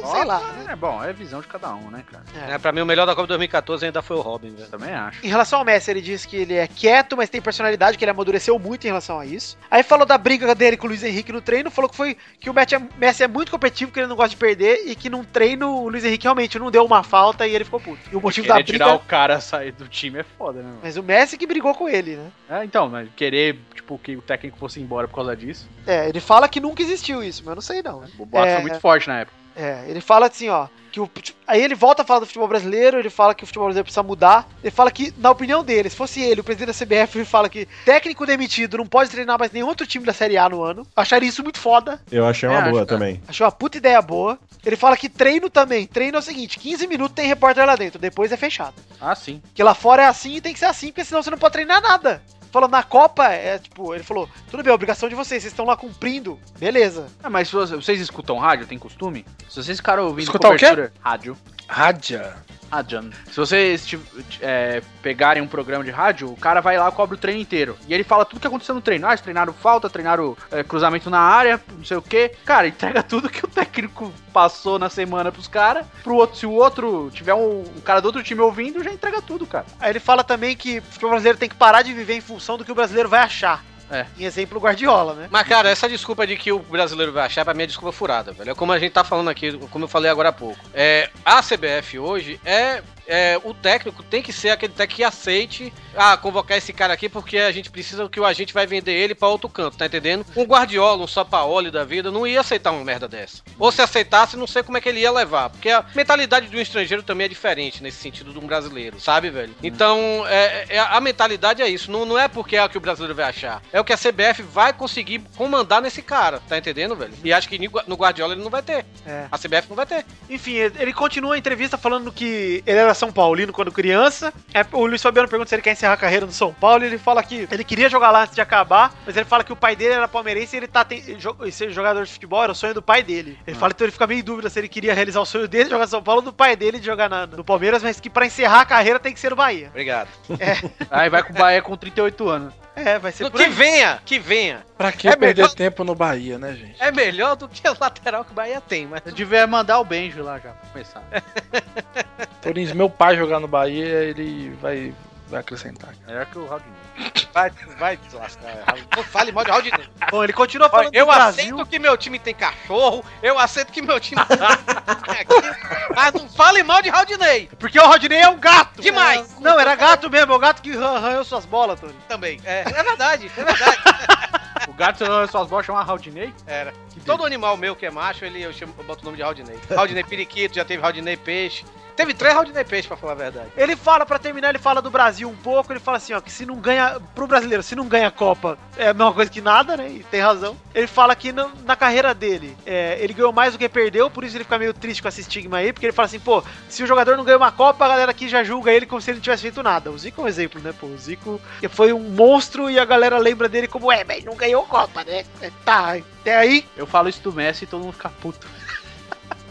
H: sei lá. né?
E: É bom, é visão de cada um, né, cara?
I: É, pra mim, o melhor da Copa 2014 ainda foi o Robin, velho.
E: Também acho.
H: Em relação ao Messi, ele disse que ele é quieto, mas tem personalidade, que ele amadureceu muito em relação a isso. Aí falou da briga dele com o Luiz Henrique no treino, falou que foi que o Messi é, Messi é muito competitivo, que ele não gosta de perder e que num treino o Luiz Henrique realmente não deu uma falta e ele ficou puto. E o motivo da
E: Querer
H: briga,
E: tirar o cara sair do time é foda, né, mano?
H: mas o Messi que brigou com ele, né?
E: É, então, mas querer, tipo, que o técnico fosse embora por causa disso.
H: É, ele fala que nunca existiu isso, mas eu não sei não.
E: O boato
H: É.
E: foi muito forte na época.
H: É, ele fala assim, ó, que o, aí ele volta a falar do futebol brasileiro, ele fala que o futebol brasileiro precisa mudar, ele fala que, na opinião dele, se fosse ele, o presidente da CBF, ele fala que técnico demitido não pode treinar mais nenhum outro time da Série A no ano, acharia isso muito foda,
D: Eu achei uma
E: É,
D: boa
E: acho-
D: também.
H: achou uma puta ideia boa, ele fala que treino também, treino é o seguinte, 15 minutos tem repórter lá dentro, depois é fechado,
E: Ah, sim.
H: que lá fora é assim e tem que ser assim, porque senão você não pode treinar nada. Falou, na Copa, é tipo, ele falou, tudo bem, obrigação de vocês, vocês estês estão lá cumprindo, beleza.
E: Ah, mas se vocês escutam rádio, tem costume? Se vocês ficaram ouvindo
F: Escutar o quê?
E: Rádio.
F: Rádia.
E: Adjan. Se vocês ti- ti- é, pegarem um programa de rádio, o cara vai lá e cobre o treino inteiro. E ele fala tudo que aconteceu no treino. Ah, eles treinaram falta, treinaram é, cruzamento na área, não sei o quê. Cara, entrega tudo que o técnico passou na semana pros caras. Pro outro, se o outro tiver um, um cara do outro time ouvindo, já entrega tudo, cara.
H: Aí ele fala também que o futebol brasileiro tem que parar de viver em função do que o brasileiro vai achar.
E: É.
H: Em exemplo, o Guardiola, né?
I: Mas, cara, essa desculpa de que o brasileiro vai achar, pra mim é desculpa furada, velho. É como a gente tá falando aqui, como eu falei agora há pouco. É, a CBF hoje é. é, o técnico tem que ser aquele técnico que aceite ah, convocar esse cara aqui porque a gente precisa que o agente vai vender ele pra outro canto, tá entendendo? Um Guardiola, um Sapaoli da vida, não ia aceitar uma merda dessa. Ou se aceitasse, não sei como é que ele ia levar. Porque a mentalidade de um estrangeiro também é diferente nesse sentido de um brasileiro, sabe, velho?
H: Hum.
I: Então, é, é- a mentalidade é isso. Não, não é porque é o que o brasileiro vai achar. É o que a CBF vai conseguir comandar nesse cara, tá entendendo, velho? E acho que ni- no Guardiola ele não vai ter.
H: É.
I: A CBF não vai ter.
H: Enfim, ele ele continua a entrevista falando que ele era São Paulino quando criança. É, O Luiz Fabiano pergunta se ele quer encerrar a carreira no São Paulo e ele fala que ele queria jogar lá antes de acabar, mas ele fala que o pai dele era palmeirense e ele tá ten- jo- e ser jogador de futebol era o sonho do pai dele. Ele fala então ele fica meio em dúvida se ele queria realizar o sonho dele de jogar no São Paulo ou do pai dele de jogar na- no Palmeiras, mas que pra encerrar a carreira tem que ser o Bahia.
I: Obrigado.
E: Aí vai com o Bahia com 38 anos.
H: É, vai ser por
I: Que
H: aí.
I: venha, que venha.
F: Pra que
I: É
F: perder
I: melhor-
F: tempo no Bahia, né, gente?
I: É melhor do que o lateral que o Bahia tem, mas
E: Eu devia mandar o Benjo lá já, pra começar.
F: Por meu pai jogar no Bahia, ele vai, vai acrescentar.
E: Melhor que o Raul.
I: vai, vai te
H: é
I: lascar. Não fale mal de Raul
H: Bom, ele continua
I: Olha,
H: falando
I: eu
H: do Brasil.
I: aceito que meu time tem cachorro, eu aceito que meu time tem aqui, mas não fale mal de Raudinei
H: Porque o Rodney é um gato!
I: Demais.
H: É, Não, era gato mesmo, é o gato que arran- arranhou suas bolas, Tony.
I: também. É, é verdade, é verdade.
E: O gato e suas bolas chama Raudinei?
I: Era. Todo animal meu que é macho, ele, eu, chamo, eu boto o nome de Raudinei. Raudinei periquito, já teve Raudinei peixe. Teve três Raudinei peixe, pra falar a verdade.
H: Ele fala, pra terminar, ele fala do Brasil um pouco, ele fala assim, ó, que se não ganha, pro brasileiro, se não ganha a Copa, é a mesma coisa que nada, né, e tem razão. Ele fala que na, na carreira dele, é, ele ganhou mais do que perdeu, por isso ele fica meio triste com esse estigma aí, porque ele fala assim, pô, se o jogador não ganha uma Copa, a galera aqui já julga ele como se ele não tivesse feito nada. O Zico é um exemplo, né, pô, o Zico foi um monstro e a galera lembra dele como, é, mas não ganhou Copa, né, É, tá, até aí...
E: Eu falo isso do Messi e todo mundo fica puto.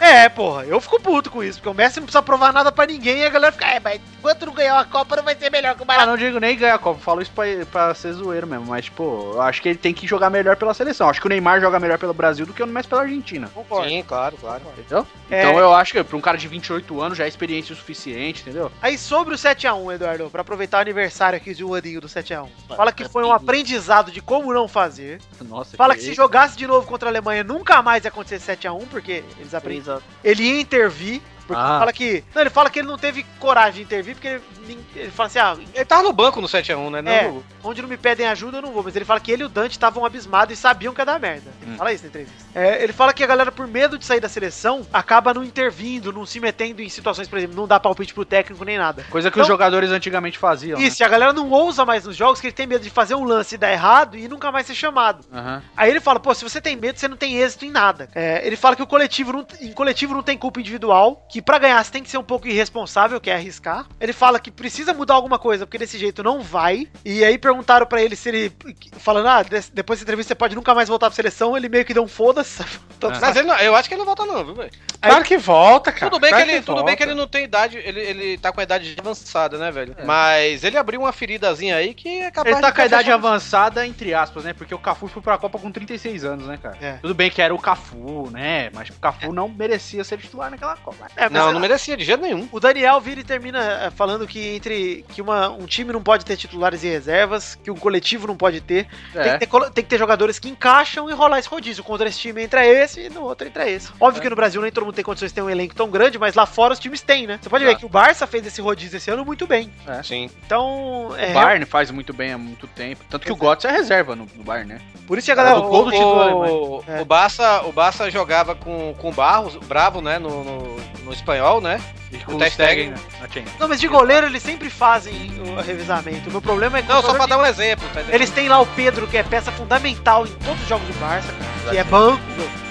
H: É, porra, eu fico puto com isso, porque o Messi não precisa provar nada pra ninguém e a galera fica, é, mas enquanto não ganhar uma Copa não vai ser melhor que o
E: Ah,
H: Maracanã.
E: não digo nem ganhar a Copa, falo isso pra, pra ser zoeiro mesmo, mas, pô, eu acho que ele tem que jogar melhor pela seleção. Acho que o Neymar joga melhor pelo Brasil do que o Messi pela Argentina.
I: Sim, claro, claro.
E: Entendeu?
H: É.
E: Então eu acho que pra um cara de 28 anos já é experiência o suficiente, entendeu?
H: Aí sobre o 7x1, Eduardo, pra aproveitar o aniversário aqui de um aninho do 7x1. Fala que foi um aprendizado de como não fazer.
E: Nossa,
H: Fala que se jogasse de novo contra a Alemanha nunca mais ia acontecer 7x1, porque eles aprendem. Ele ia intervir. Porque
E: Ah.
H: fala que. Não, ele fala que ele não teve coragem de intervir, porque ele, nem- ele fala assim, ah,
I: Ele tava no banco no 7x1, né? Não,
H: É.
I: no-
H: onde não me pedem ajuda eu não vou. Mas ele fala que ele e o Dante estavam abismados e sabiam que ia dar merda. Ele fala isso na entrevista. É, ele fala que a galera, por medo de sair da seleção, acaba não intervindo, não se metendo em situações, por exemplo, não dá palpite pro técnico nem nada.
E: Coisa que
H: Então-
E: os jogadores antigamente faziam. né?
H: Isso, e a galera não ousa mais nos jogos que ele tem medo de fazer um lance e dar errado e nunca mais ser chamado.
E: Né? Aham.
H: Aí ele fala, pô, se você tem medo, você não tem êxito em nada. É, ele fala que o coletivo não, em coletivo não tem culpa individual, que pra ganhar você tem que ser um pouco irresponsável, que é arriscar. Ele fala que precisa mudar alguma coisa, porque desse jeito não vai. E aí perguntaram pra ele se ele. Falando, ah, des- depois dessa entrevista você pode nunca mais voltar pra seleção. Ele meio que deu um foda-se. Então,
I: Mas ele não- eu acho que ele não volta, não, viu, velho?
F: Claro que volta, cara.
I: Tudo, bem que,
F: claro
I: ele, tudo bem que
F: volta.
I: ele não tem idade, ele, ele tá com a idade avançada, né, velho? Mas ele abriu uma feridazinha aí que é capaz
E: Ele tá com a idade
I: fechar-
E: avançada, entre aspas, né? Porque o Cafu foi pra Copa com 36 anos, né, cara?
H: É.
E: Tudo bem que era o Cafu, né? Mas o Cafu não merecia ser titular naquela Copa.
H: é, mas
I: Não, não merecia de jeito nenhum.
H: O Daniel vira e termina eh, falando que entre que uma- um time não pode ter titulares e reservas, que um coletivo não pode ter.
I: É.
H: Tem,
E: é,
H: que ter colo- tem que ter jogadores que encaixam e rolar esse rodízio. Contra esse time entra esse e no outro entra esse.
I: É.
H: Óbvio que no Brasil nem todo mundo tem condições de ter um elenco tão grande, mas lá fora os times têm, né? Você pode
I: É.
H: ver que o Barça fez esse rodízio esse ano muito bem.
I: Sim.
H: Então, é,
E: é. O Barney faz muito bem há muito tempo. Tanto que o Götze é reserva no, no Bayern, né?
H: por isso que a galera...
I: o,
E: do gol do título da Alemanha.
I: o,
H: É.
I: o Barça, o Barça jogava com, com o Barros, Bravo, né, no, no, no espanhol, né?
E: E
I: O Ter Stegen,
E: na Champions.
H: Não, mas de goleiro eles sempre fazem o revezamento. O meu problema é que
I: Não,
H: o
I: só pra
H: jogador-
I: dar um exemplo, tá entendendo?
H: Eles têm lá o Pedro, que é peça fundamental em todos os jogos do Barça, cara, que é banco.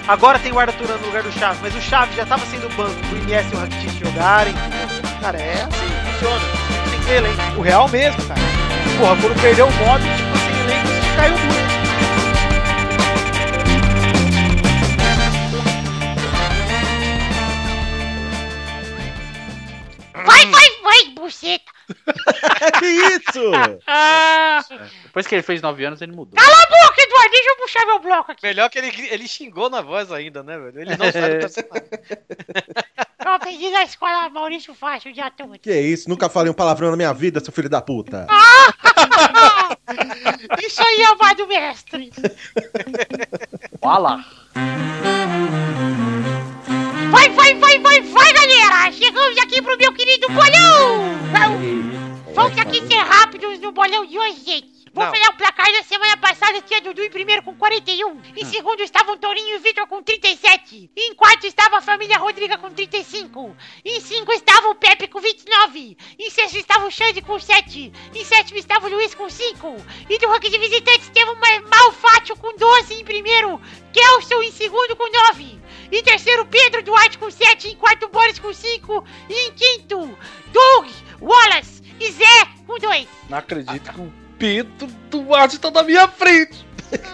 H: Agora tem o Arda Turan no lugar do Chaves, mas o Chaves já tava sendo banco pro Inés e o Rakitic jogarem. entendeu? Cara, é assim, funciona. Tem que ter elenco. O Real mesmo, cara. Porra, quando perdeu o Modric, tipo, sem elenco, isso caiu muito.
G: Vai
J: tá
D: Que isso?
J: Ah,
E: Depois que ele fez 9 anos, ele mudou.
J: Boca, Eduardo, deixa eu puxar meu bloco aqui.
I: Melhor que ele, ele xingou na voz ainda, né, velho? Ele não sabe o que tá sendo.
J: Eu aprendi na escola Maurício Fácil o dia todo.
D: Que isso? Nunca falei um palavrão na minha vida, seu filho da puta.
J: Ah, Isso aí é o bar do mestre.
E: Fala!
J: Vai, vai, vai, vai, vai, galera! Chegamos aqui pro meu querido bolão! Vamos- Vamos aqui ser rápidos no bolão de hoje, gente. Vou
I: Não.
J: pegar o placar da semana passada, tinha Dudu em primeiro com 41. Em segundo estavam Torinho e Vitor com 37. Em quarto estava a família Rodriga com 35. Em cinco estava o Pepe com 29. Em sexto estava o Xande com 7. Em sétimo estava o Luiz com 5. E do ranking de visitantes teve o Ma- Malfátio com 12 em primeiro. Kelson em segundo com 9. Em terceiro, Pedro Duarte com 7. Em quarto, Boris com 5. E em quinto, Doug, Wallace e Zé com 2.
F: Não acredito que o
H: um
F: Pedro Duarte tá na minha frente.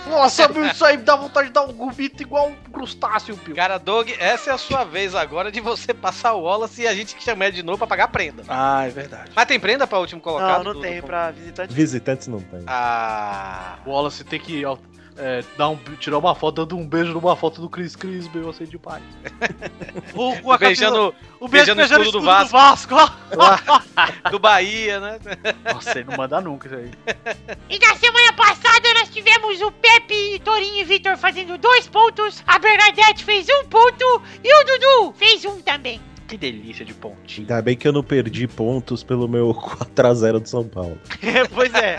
H: Nossa, meu, isso aí me dá vontade de dar um gubito igual um crustáceo, Pio.
I: Cara, Doug, essa é a sua vez agora de você passar o Wallace e a gente chamar ele de novo pra pagar a prenda.
F: Ah, é verdade.
I: Mas tem prenda pra último colocado?
H: Não, não
I: do-
H: tem
I: do-
H: pra visitante.
D: Visitantes não tem.
I: Ah.
E: O Wallace tem que ó, é, dar um, tirar uma foto, dando um beijo numa foto do Chris Cris, meu assim de pai.
H: O, com a camisa-
I: Beijando
H: o beijo
I: beijando o
H: beijando o
I: escudo do
H: escudo do Vasco. ó.
I: do Bahia, né?
E: Nossa, ele não manda nunca isso aí.
J: E na semana passada nós tivemos o Pepe, Torinho e Vitor fazendo dois pontos. A Bernadette fez um ponto. E o Dudu fez um também.
E: Que delícia de pontinho.
D: Ainda bem que eu não perdi pontos pelo meu 4x0 do São Paulo.
H: pois é.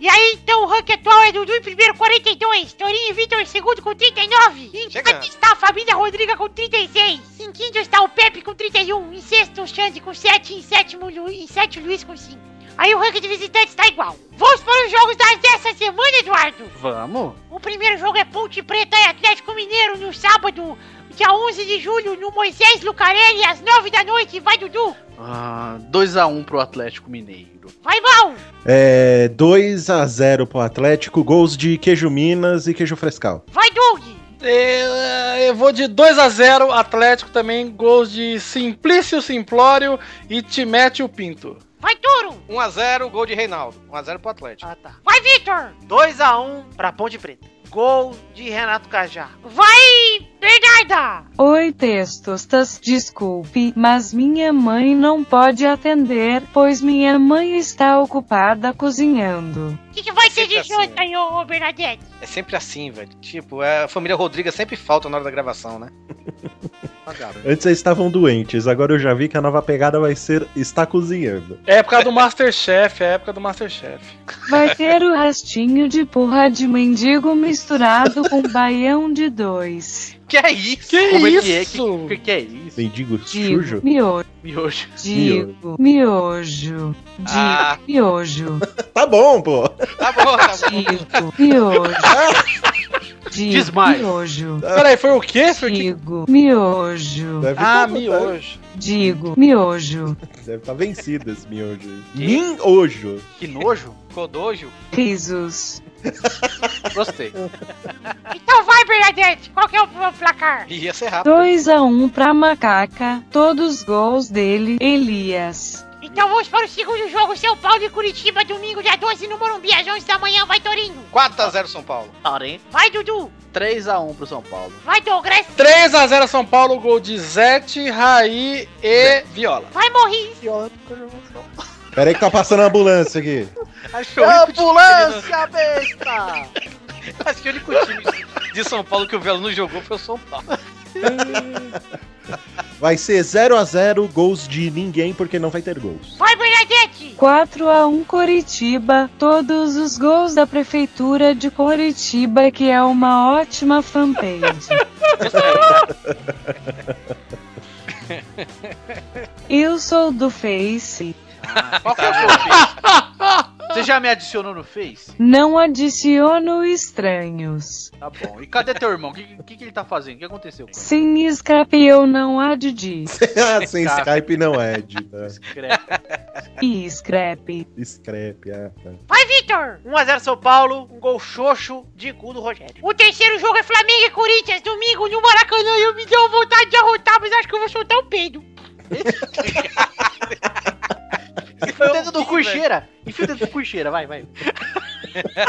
J: E aí, então, o ranking atual é Dudu em primeiro, 42. Torinho e Vitor em segundo, com 39. Em
I: Chega.
J: quarto está a família Rodriga, com 36. Em quinto está o Pepe, com 31. Em sexto, o Xande, com 7. Em sétimo, Lu... em sétimo, o Luiz, com 5. Aí o ranking de visitantes está igual. Vamos para os jogos da- dessa semana, Eduardo.
E: Vamos?
J: O primeiro jogo é Ponte Preta e Atlético Mineiro, no sábado, dia 11 de julho, no Moisés Lucarelli, às 9 da noite. Vai, Dudu.
E: Ah, 2x1 pro Atlético Mineiro.
J: Vai, mal.
D: É 2x0 pro Atlético, gols de queijo Minas e queijo frescal.
J: Vai, Doug.
F: É, Eu, eu vou de 2x0, Atlético também, gols de Simplício Simplório e Timéteo Pinto.
J: Vai, Turo.
I: 1x0, gol de Reinaldo. 1x0 pro Atlético.
H: Ah, tá.
J: Vai, Vitor.
H: 2x1 pra Ponte Preta. Gol de Renato Cajá.
J: Vai, Bernarda.
K: Oi, Testostas, desculpe, mas minha mãe não pode atender, pois minha mãe está ocupada cozinhando.
J: O que, que vai ser
I: Sempre
J: de
I: assim.
J: janta aí, ô ô, Bernadette?
I: É sempre assim, velho. Tipo, é, a família Rodrigues sempre falta na hora da gravação, né?
D: Antes eles estavam doentes, agora eu já vi que a nova pegada vai ser está cozinhando.
F: É época do Masterchef, é época do Masterchef.
K: Vai ter o rastinho de porra de mendigo misturado com baião de dois.
E: Que é isso?
F: Que
E: Como é que é?
F: isso?
E: Que, que, que é isso?
D: Mendigo
K: Digo,
D: sujo?
K: miojo,
E: Miojo.
K: digo, miojo,
I: Ah.
K: digo, miojo,
D: Tá bom, pô!
I: Tá bom, tá bom.
K: digo, miojo,
E: Diz
K: digo,
E: mais.
K: miojo,
F: Peraí, foi o quê? Foi o quê?
K: digo, miojo,
D: Deve
F: Ah,
D: tá-
F: miojo.
K: digo, miojo,
D: Deve estar vencido esse miojo. aí. Minhojo!
E: Que nojo.
I: Codojo.
K: risos,
E: Gostei.
J: Então vai, Bernadette. Qual que é o o placar?
I: E Ia ser rápido.
K: 2 a 1 pra macaca, todos gols dele, Elias.
H: Hum.
J: Então vamos para o segundo jogo, São Paulo e Curitiba, domingo, dia 12, no Morumbi, às 11 da manhã. Vai, Torinho.
I: 4x0 São Paulo.
J: Vai, Dudu.
E: 3x1 pro São Paulo.
J: Vai, Douglas.
F: 3x0 São Paulo, gol de Zete, Raí e Viola.
J: Vai, Morris.
D: Peraí que tá passando a ambulância aqui.
I: Acho que é o único
H: Ambulância, besta!
I: time- acho que o único time de São Paulo que o Velo não jogou foi o São Paulo.
D: Vai ser 0x0 gols de ninguém, porque não vai ter gols.
J: Vai, Bernadette.
K: 4 a 1 Coritiba, todos os gols da prefeitura de Coritiba, que é uma ótima fanpage. Eu sou do Face.
I: Qual que é o seu time?
E: Você já me adicionou no Face?
K: Não adiciono estranhos.
E: Tá bom. E cadê teu irmão? O que, que, que ele tá fazendo? O que aconteceu com ele?
K: Sem Scrap eu não adidi.
D: Ah, Sem Skype não é, Dita.
E: Escreve.
K: E Scrap.
D: Scrap, ah, tá.
J: Vai, Vitor.
H: 1x0 São Paulo, um gol xoxo de cu do Rogério.
J: O terceiro jogo é Flamengo e Corinthians, domingo, no Maracanã. Eu me deu vontade de arrotar, mas acho que eu vou soltar o peido.
H: Enfia o dedo no cu e cheira. Enfia o dedo no cu e cheira, vai, vai.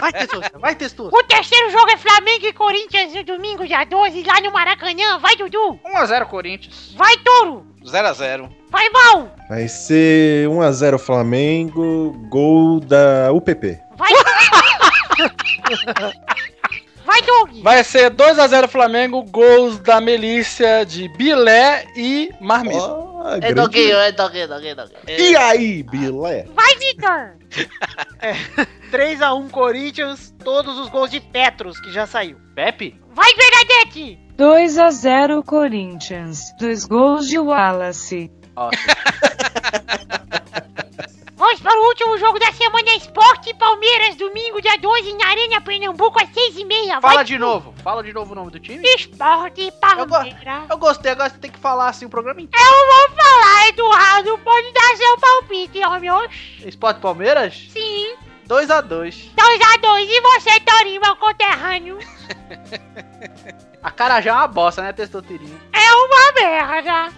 H: Vai, testosta, vai, testosta.
J: O terceiro jogo é Flamengo e Corinthians no domingo, dia 12, lá no Maracanã. Vai, Dudu.
E: 1x0 Corinthians.
J: Vai, Touro.
I: 0x0.
J: Vai, Mal.
D: Vai ser 1x0 Flamengo, gol da UPP.
J: Vai, vai Doug.
F: Vai ser 2x0 Flamengo, gols da milícia de Bilé e Marmita.
D: Ah,
G: É
D: grande-
G: doguinho, é doguinho, doguinho, doguinho.
D: E aí, Bilé?
J: Vai, Victor.
H: 3x1 Corinthians, todos os gols de Petros, que já saiu.
E: Pepe?
J: Vai, Bernadette.
K: 2 a 0 Corinthians. Dois gols de Wallace.
J: Vamos para o último jogo da semana Esporte Palmeiras, domingo, dia 12, na Arena Pernambuco, às 6h30.
E: Fala de novo. Fala de novo o nome do time.
J: Esporte Palmeiras.
E: Eu gostei, agora você tem que falar assim o programa inteiro.
J: Eu vou falar, Eduardo, pode dar seu palpite, homens.
E: Esporte Palmeiras?
J: Sim,
E: 2x2.
J: 2x2. E você, Torinho, meu conterrâneo?
E: A cara já é uma bosta, né, testoteirinho?
J: É uma merda.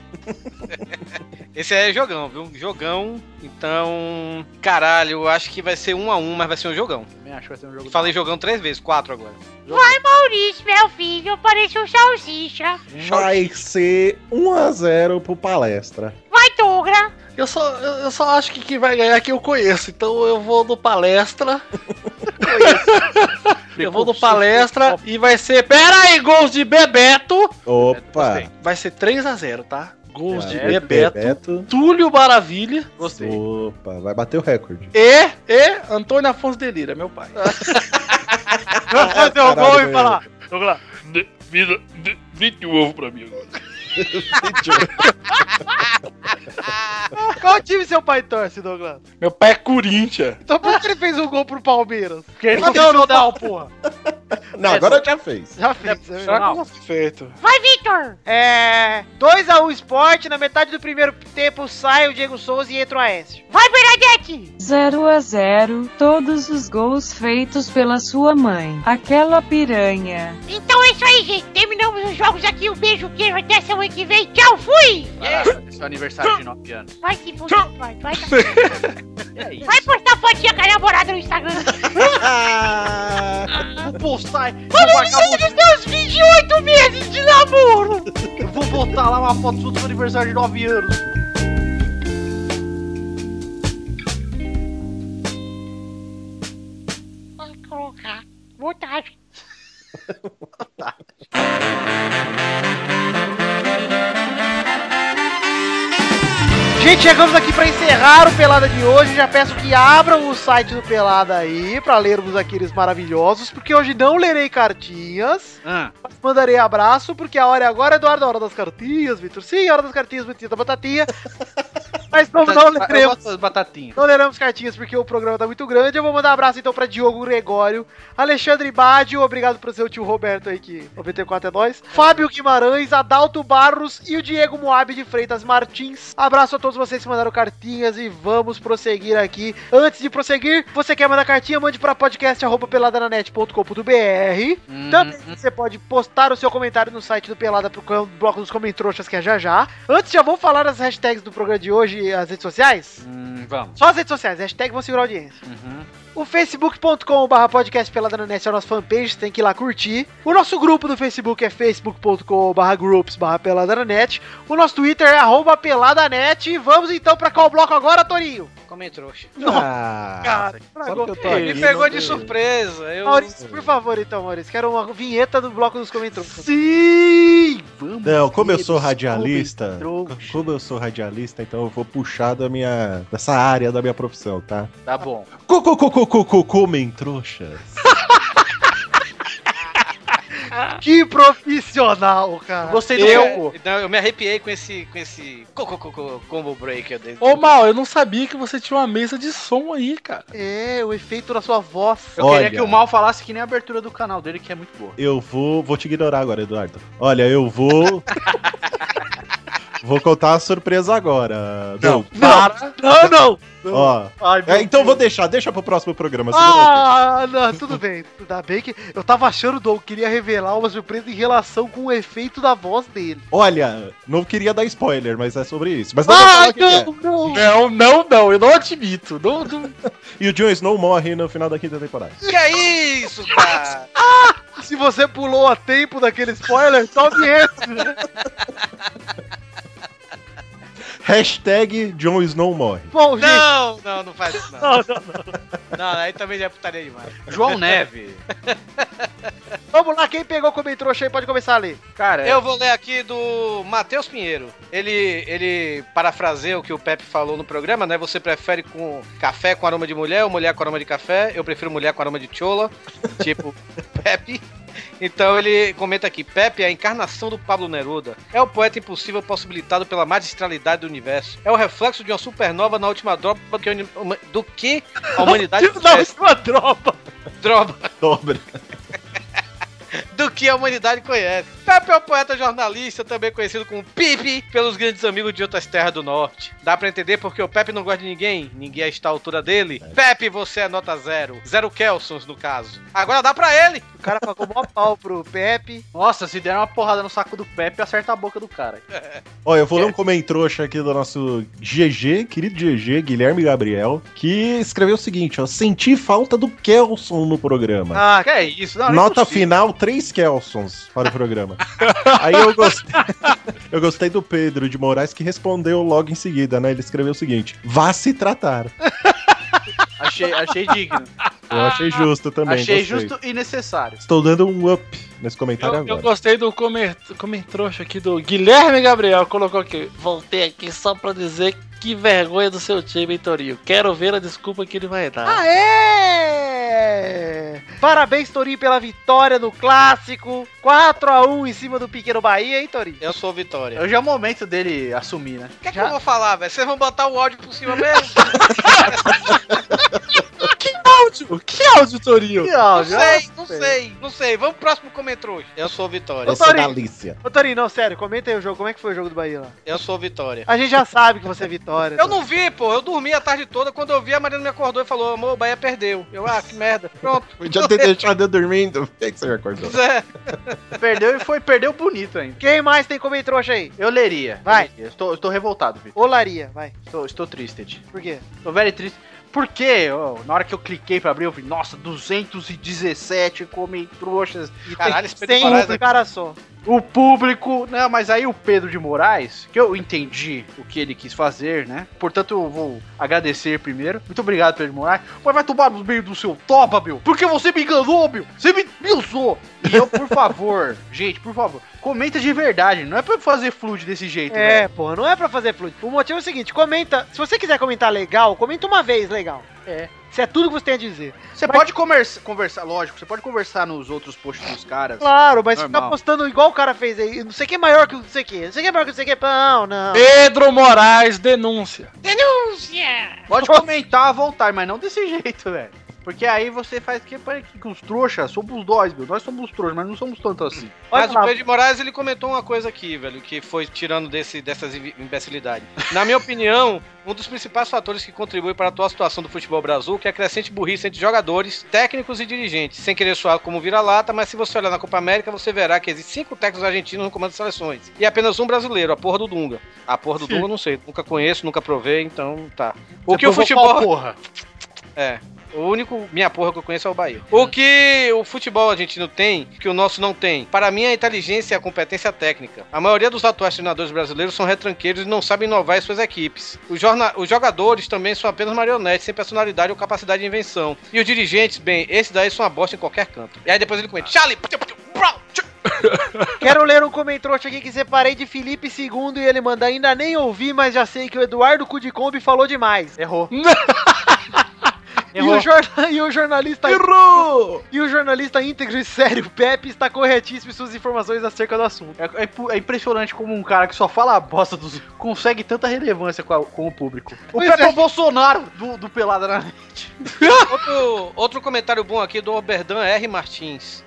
I: Esse é jogão, viu? Jogão. Então, caralho, eu acho que vai ser um a um, mas vai ser um jogão.
E: Também acho que vai ser um jogo.
I: Falei jogão três vezes, quatro agora.
J: Vai, Maurício, meu filho, parece um salsicha.
F: Ah,
D: Vai ser 1x0 pro palestra.
J: Vai, Tugra.
F: Eu só, eu, eu só acho que quem vai ganhar é quem eu conheço. Então eu vou no palestra. eu vou no palestra e vai ser. Pera aí, gols de Bebeto.
D: Opa!
F: Vai ser 3x0, tá? Gols de
D: É, Bebeto.
F: Bebeto, Túlio Maravilha
E: Gostei.
D: Opa, vai bater o recorde.
F: e, e Antônio Afonso Delira, meu pai.
H: Vai fazer
D: Caralho,
H: o gol e
D: velho.
H: falar.
L: Vamos lá. D- Vira, d- vinte o ovo pra mim agora.
H: Qual time seu pai torce, Douglas?
F: Meu pai é Corinthians.
H: Então por que ele fez um gol pro Palmeiras? Porque ele
F: não
H: não deu não dá, porra.
D: Não, agora já fez.
H: Já fez. é verdade.
F: Já feito.
J: Vai, Victor.
H: É. 2x1 Sport, na metade do primeiro tempo sai o Diego Souza e entra o Aécio.
J: Vai, Bernadette.
K: 0 a 0 Todos os gols feitos pela sua mãe. Aquela piranha.
J: Então é isso aí, gente. Terminamos os jogos aqui. Um beijo, queijo. Até semana que vem. Tchau, fui.
E: Caraca, é seu aniversário de 9 anos.
J: Vai se fuder, vai. Vai, tá-
E: É isso.
J: vai postar fotinha com a namorada no Instagram.
H: Vou postar.
J: Vamos dos meus 28 meses de namoro.
H: Eu vou botar lá uma foto sua do seu aniversário de 9 anos.
J: Vai tá- colocar. Vantagem.
H: Gente, chegamos aqui para encerrar o Pelada de hoje. Já peço que abram o site do Pelada aí para lermos aqueles maravilhosos, porque hoje não lerei cartinhas.
E: Ah,
H: mas Mandarei abraço, porque a hora é agora, Eduardo, a hora das cartinhas, Vitor. Sim, a hora das cartinhas, Bonitinha da Batatinha. Mas não, não
E: batata- eu
H: leremos.
E: gosto das batatinhas.
H: Não leremos cartinhas porque o programa tá muito grande. Eu vou mandar abraço então pra Diogo Gregório, Alexandre Badio, obrigado pro seu tio Roberto aí que 94 é nós. Fábio Guimarães, Adalto Barros e o Diego Moab de Freitas Martins. Abraço a todos vocês que mandaram cartinhas e vamos prosseguir aqui. Antes de prosseguir, você quer mandar cartinha, mande pra podcast@peladananet.com.br.
E: Uhum.
H: Também você pode postar o seu comentário no site do Pelada pro can- bloco dos comentroxas que é já já. Antes já vou falar as hashtags do programa de hoje e as redes sociais.
E: Hum, vamos.
H: Só as redes sociais, hashtag vão segurar a audiência.
E: Uhum.
H: O facebook.com.br podcast peladananet é a nossa fanpage, você tem que ir lá curtir. O nosso grupo no Facebook é facebook.com.br groups barra peladananet. O nosso Twitter é arroba peladanet. E vamos então pra qual bloco agora, Torinho?
I: Como entrou. Me
D: Ah, sabe que eu tô aqui, não
I: pegou de
D: tem-
I: surpresa. Eu...
H: Maurício, por favor, então, Maurício, quero uma vinheta do bloco dos comentários.
B: Sim! Vamos!
D: Não, como eu sou
B: queridos
D: radialista,
B: comentroxas.
D: como eu sou radialista, então eu vou puxar da minha, dessa área da minha profissão, tá?
E: Tá bom.
D: Co- co- co- co- co- co- Comem trouxas.
H: Que profissional, cara.
E: Gostei do
I: Eu, não, É, então, eu me arrepiei com esse, com esse co- co- co- co- combo breaker dele.
F: Ô, Mal, eu não sabia que você tinha uma mesa de som aí, cara.
H: É, o efeito da sua voz.
E: Eu
D: Olha.
E: queria que o Mal falasse que nem a abertura do canal dele, que é muito boa.
D: Eu vou. Vou te ignorar agora, Eduardo. Olha, eu vou. Vou contar a surpresa agora. Não,
H: Para. Não, não.
D: Ó.
H: Ai, meu
D: É, então vou deixar, deixa pro próximo programa. segura aí.
H: Ah, não, tudo bem. Ainda bem que eu tava achando o Dom queria revelar uma surpresa em relação com o efeito da voz dele.
D: Olha, não queria dar spoiler, mas é sobre isso. Mas não vou falar
H: Ah,
D: o que
H: não,
D: é.
H: não.
F: Não, não, não, eu não admito. Não, não.
D: E o Jon Snow morre no final da quinta temporada.
I: Que é isso, cara?
H: Ah, Se você pulou a tempo daquele spoiler, sobe esse. né?
D: Hashtag Jon Snow morre.
H: Bom, gente.
I: Não, não, não faz isso, não.
H: Não,
I: Não,
H: não,
I: aí também já é putaria demais.
E: João Neve.
H: Vamos lá, quem pegou como entrou aí pode começar a ler.
E: Cara,
I: Eu vou ler aqui do Matheus Pinheiro. Ele, ele parafraseia o que o Pepe falou no programa, né? Você prefere com café com aroma de mulher ou mulher com aroma de café? Eu prefiro mulher com aroma de chola, tipo Pepe. Então ele comenta aqui: Pepe é a encarnação do Pablo Neruda. É o poeta impossível possibilitado pela magistralidade do universo. É o reflexo de uma supernova na última dropa que a uni- uma- do que a humanidade
H: Não,
I: conhece.
H: uma dropa.
I: Dropa
D: Dobra.
I: do que a humanidade conhece. Pepe é um poeta jornalista, também conhecido como Pipe, pelos grandes amigos de outras terras do norte. Dá pra entender porque o Pepe não gosta de ninguém, ninguém está à altura dele. Pepe, você é nota zero. Zero Kelsons, no caso. Agora dá pra ele!
H: O cara pagou mó pau pro Pepe.
E: nossa, se der uma porrada no saco do Pepe, acerta a boca do cara.
D: Ó, eu vou ler um comentrouxa aqui do nosso GG, querido GG, Guilherme Gabriel, que escreveu o seguinte, ó. Senti falta do Kelson no programa.
E: Ah, que é isso? Não, não é
D: Nota
E: possível.
D: final, três Kelsons para o programa. Aí eu gostei, eu gostei do Pedro de Moraes que respondeu logo em seguida, né? Ele escreveu o seguinte: vá se tratar.
E: Achei, achei digno.
D: Eu achei justo também.
E: achei
D: gostei.
E: justo e necessário.
D: Estou dando um up nesse comentário
F: Eu, eu
D: agora.
F: gostei do comer- comentrouxa aqui do Guilherme Gabriel. Colocou aqui.
G: Voltei aqui só pra dizer que vergonha do seu time, hein, Torinho. Quero ver a desculpa que ele vai dar.
H: Aê! Parabéns, Torinho, pela vitória no clássico. 4x1 em cima do Pequeno Bahia, hein, Torinho?
I: Eu sou o Vitória.
E: Hoje é o momento dele assumir, né?
I: O que é que eu vou falar, velho? Vocês vão botar o áudio por cima mesmo?
F: Que áudio? Que áudio, Torinho?
I: Não sei, não sei, não sei. Vamos pro próximo comentário. Eu sou o Vitória.
H: Eu
D: Essa é
H: Torinho.
D: Galícia.
H: Ô, Torinho, não, sério, comenta aí o jogo. Como é que foi o jogo do Bahia lá?
I: Eu sou o Vitória.
H: A gente já sabe que você é vitória.
I: Eu não vi, pô. Eu dormi a tarde toda. Quando eu vi, a Mariana me acordou e falou: amor, o Bahia perdeu. Eu, ah, que merda. Pronto.
D: Podia ter deixado eu dormindo. Por que que você me acordou?
I: Pois é.
E: Perdeu e foi, perdeu bonito ainda.
H: Quem mais tem como entrou aí?
E: Eu leria.
H: Vai.
E: Eu leria. Estou, estou revoltado, Vitor.
H: Olaria, vai.
E: Estou, estou triste.
H: Por quê?
E: Estou very triste. Porque, ó, na hora que eu cliquei pra abrir, eu falei, nossa, 217 comem trouxas.
I: Caralho, esse Pedro
H: Sem
I: Moraes é
H: um
I: aqui.
H: cara só.
E: O público. Não, mas aí o Pedro de Moraes, que eu entendi o que ele quis fazer, né? Portanto, eu vou agradecer primeiro. Muito obrigado, Pedro de Moraes. Mas vai tomar no meio do seu topa, meu. Porque você me enganou, meu. Você me, me usou. E eu, por favor, gente, por favor, comenta de verdade. Não é pra fazer fluid desse jeito,
H: É,
E: velho.
H: porra, não é pra fazer fluido. O motivo é o seguinte, comenta. Se você quiser comentar legal, comenta uma vez legal.
E: É.
H: Isso é tudo que você tem a dizer.
E: Você
H: Mas-
E: pode conversa- conversar, lógico, você pode conversar nos outros posts dos caras.
H: Claro, mas ficar
E: Normal.
H: postando igual o cara fez aí, não sei quem é maior que o não sei quem, não sei quem é maior que não sei quem, não, não.
F: Pedro Moraes denúncia.
J: Denúncia!
E: Pode comentar à vontade, mas não desse jeito, velho. Porque aí você faz que, peraí, que os trouxas somos nós, meu. Nós somos trouxas, mas não somos tanto assim.
H: Olha
I: Mas
H: lá.
I: o Pedro de Moraes ele comentou uma coisa aqui, velho, que foi tirando desse, dessas imbe- imbecilidades. Na minha opinião, um dos principais fatores que contribui para a atual situação do futebol brasil que é a crescente burrice entre jogadores, técnicos e dirigentes. Sem querer soar como vira-lata, mas se você olhar na Copa América, você verá que existem cinco técnicos argentinos no comando de seleções. E apenas um brasileiro, a porra do Dunga. A porra do Dunga eu não sei, nunca conheço, nunca provei, então tá. O que o futebol.
E: Porra.
I: É. O único minha porra que eu conheço é o Bahia. O que o futebol argentino tem, que o nosso não tem, para mim é a inteligência e a competência técnica. A maioria dos atuais treinadores brasileiros são retranqueiros e não sabem inovar em suas equipes. Os, jorna- os jogadores também são apenas marionetes, sem personalidade ou capacidade de invenção. E os dirigentes, bem, esses daí são uma bosta em qualquer canto. E aí depois ele comenta, Charlie! putiu, putiu, brau, tchau."
H: Quero ler um comentrouxa aqui que separei de Felipe II e ele manda ainda nem ouvi, mas já sei que o Eduardo Cudicombe falou demais.
E: Errou.
H: E o, jorna- e o jornalista
D: Errou!
H: e o jornalista íntegro e sério Pepe está corretíssimo em suas informações acerca do assunto.
E: É, é pu- é impressionante como um cara que só fala a bosta dos. consegue tanta relevância com, a- com o público. O
H: Pois
E: Pepe
H: é.
E: é o Bolsonaro do, do Pelada na.
I: Outro, outro comentário bom aqui do Oberdan R. Martins.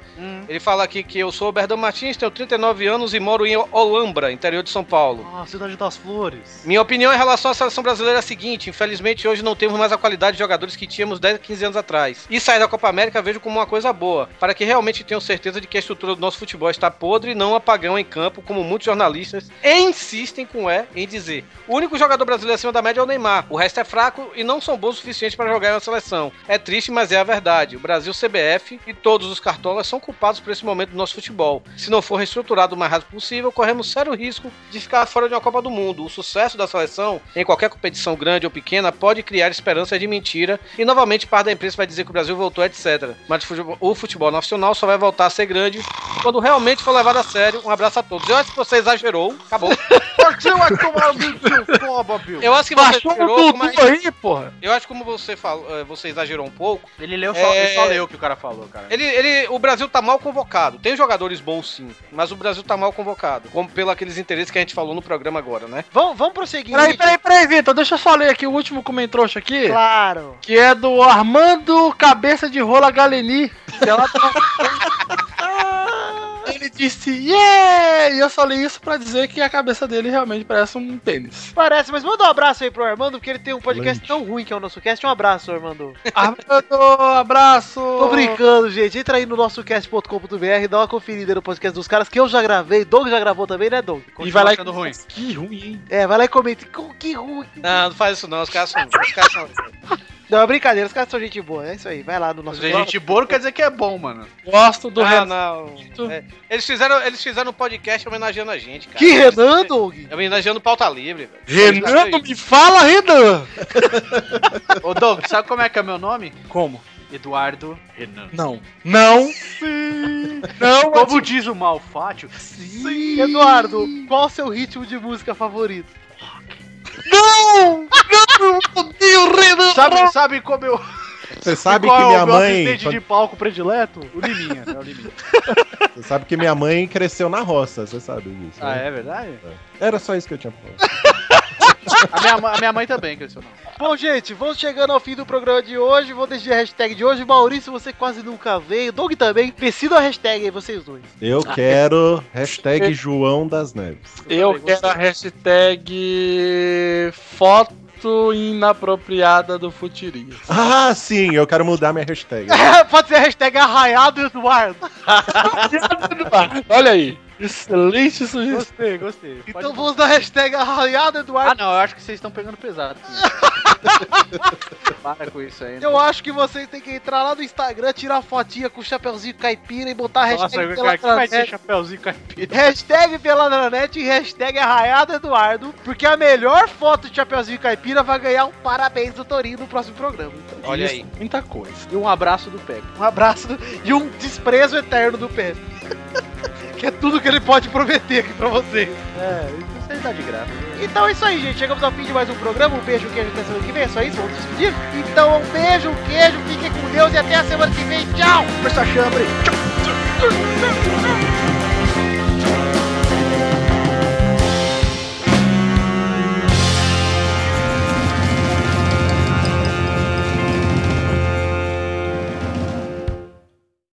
I: Ele fala aqui que eu sou o Berdão Martins, tenho 39 anos e moro em Olambra, interior de São Paulo.
H: Ah, Cidade das Flores.
I: Minha opinião em relação à seleção brasileira é a seguinte: infelizmente hoje não temos mais a qualidade de jogadores que tínhamos 10, 15 anos atrás. E sair da Copa América vejo como uma coisa boa, para que realmente tenham certeza de que a estrutura do nosso futebol está podre e não apagão em campo, como muitos jornalistas insistem com é em dizer. O único jogador brasileiro acima da média é o Neymar. O resto é fraco e não são bons o suficiente para jogar na seleção. É triste, mas é a verdade. O Brasil, CBF e todos os cartolas são culpados por esse momento do nosso futebol. Se não for reestruturado o mais rápido possível, corremos sério risco de ficar fora de uma Copa do Mundo. O sucesso da seleção, em qualquer competição grande ou pequena, pode criar esperança de mentira e novamente parte da imprensa vai dizer que o Brasil voltou, etc. Mas o futebol- o futebol nacional só vai voltar a ser grande quando realmente for levado a sério. Um abraço a todos. Eu acho que você exagerou. Acabou.
H: Partiu a tomar o bicho, foba, Bill.
I: Eu acho que você
H: Baixou
I: exagerou,
H: o Dudu
I: mas-
H: aí, porra.
I: Eu acho que como você falou, eh, você exagerou um pouco.
E: Ele leu só,
I: É.
E: ele só leu o que o cara falou, cara.
I: Ele, ele, o Brasil tá mal convocado. Tem jogadores bons sim, mas o Brasil tá mal convocado. Como pelo aqueles interesses que a gente falou no programa agora, né?
H: Vamos, vamos prosseguir.
F: Peraí, peraí, peraí, Vitor. Deixa eu só ler aqui o último comentrouxa aqui.
H: Claro.
F: Que é do Armando Cabeça de Rola Galeni. que ela tá- Ele disse, yeah! E eu só li isso pra dizer que a cabeça dele realmente parece um tênis.
H: Parece, mas manda um abraço aí pro Armando, porque ele tem um podcast tão ruim que é o nosso cast. Um abraço, Armando.
F: Armando, abraço!
H: Tô brincando, gente. Entra aí no nosso cast.com.br, dá uma conferida no podcast dos caras que eu já gravei. Doug já gravou também, né, Doug?
I: E vai lá e-
F: Que ruim, hein?
H: É, vai lá e comenta. "Co- Que ruim.
I: Não, não faz isso não. Os caras são. Os caras são.
H: Não, é brincadeira, os caras são gente boa, é isso aí. Vai lá no nosso
E: Gente boa não quer dizer que é bom, mano.
F: Gosto do
I: Ah,
F: Renan.
I: não. É, eles, fizeram, eles fizeram um podcast homenageando a gente, cara.
H: Que Renan, Doug?
I: Homenageando pauta livre, velho.
F: Renan, não me fala, Renan!
E: Ô, Doug, sabe como é que é meu nome?
F: Como?
E: Eduardo Renan.
F: Não. Não. Não.
E: Como diz o Malfátio,
H: Sim. Eduardo, qual o seu ritmo de música favorito?
F: Não! Não! Meu Renan!
E: sabe, sabe como eu.
D: Você sabe
E: qual
D: que
E: é
D: minha
E: o meu
D: mãe.
E: assistente de palco predileto? O Liminha, é o Liminha.
D: Você sabe que minha mãe cresceu na roça, você sabe disso.
E: Ah,
D: né?
E: é verdade?
D: Era só isso que eu tinha pra falar.
E: A minha, ma- a minha mãe também cresceu na roça.
H: Bom, gente, vamos chegando ao fim do programa de hoje. Vou decidir a hashtag de hoje. Maurício, você quase nunca veio. Doug também. Decidam a hashtag aí, vocês dois.
D: Eu
E: Ah.
D: quero hashtag João das Neves.
F: Eu quero a hashtag foto inapropriada do Futirinha.
D: Ah, sim, eu quero mudar minha hashtag.
H: Pode ser a hashtag arraiado Eduardo.
F: Olha aí. Excelente sugestão.
H: Gostei, gostei. Então vamos na hashtag arraiado Eduardo.
E: Ah, não, eu acho que vocês estão pegando pesado. Para com isso aí. né?
H: Eu acho que vocês têm que entrar lá no Instagram, tirar fotinha com o chapeuzinho caipira e botar a
E: Nossa, cara,
H: hashtag
E: que vai ser
H: Peladranet.
E: chapeuzinho caipira?
H: Hashtag Peladranet e hashtag Arraiado Eduardo, porque a melhor foto de chapeuzinho caipira vai ganhar um parabéns do Torinho no próximo programa. Então,
I: Olha aí.
F: Muita coisa.
E: E um abraço do Pepe.
H: Um abraço e um desprezo eterno do Pepe. que é tudo que ele pode prometer aqui pra vocês. É, isso aí tá de graça. Então é isso aí, gente. Chegamos ao fim de mais um programa. Um beijo, um queijo, até semana que vem. É só isso, vamos despedir. Então, um beijo, um queijo, fiquem com Deus e até a semana que vem. Tchau! Presta chambre. Tchau!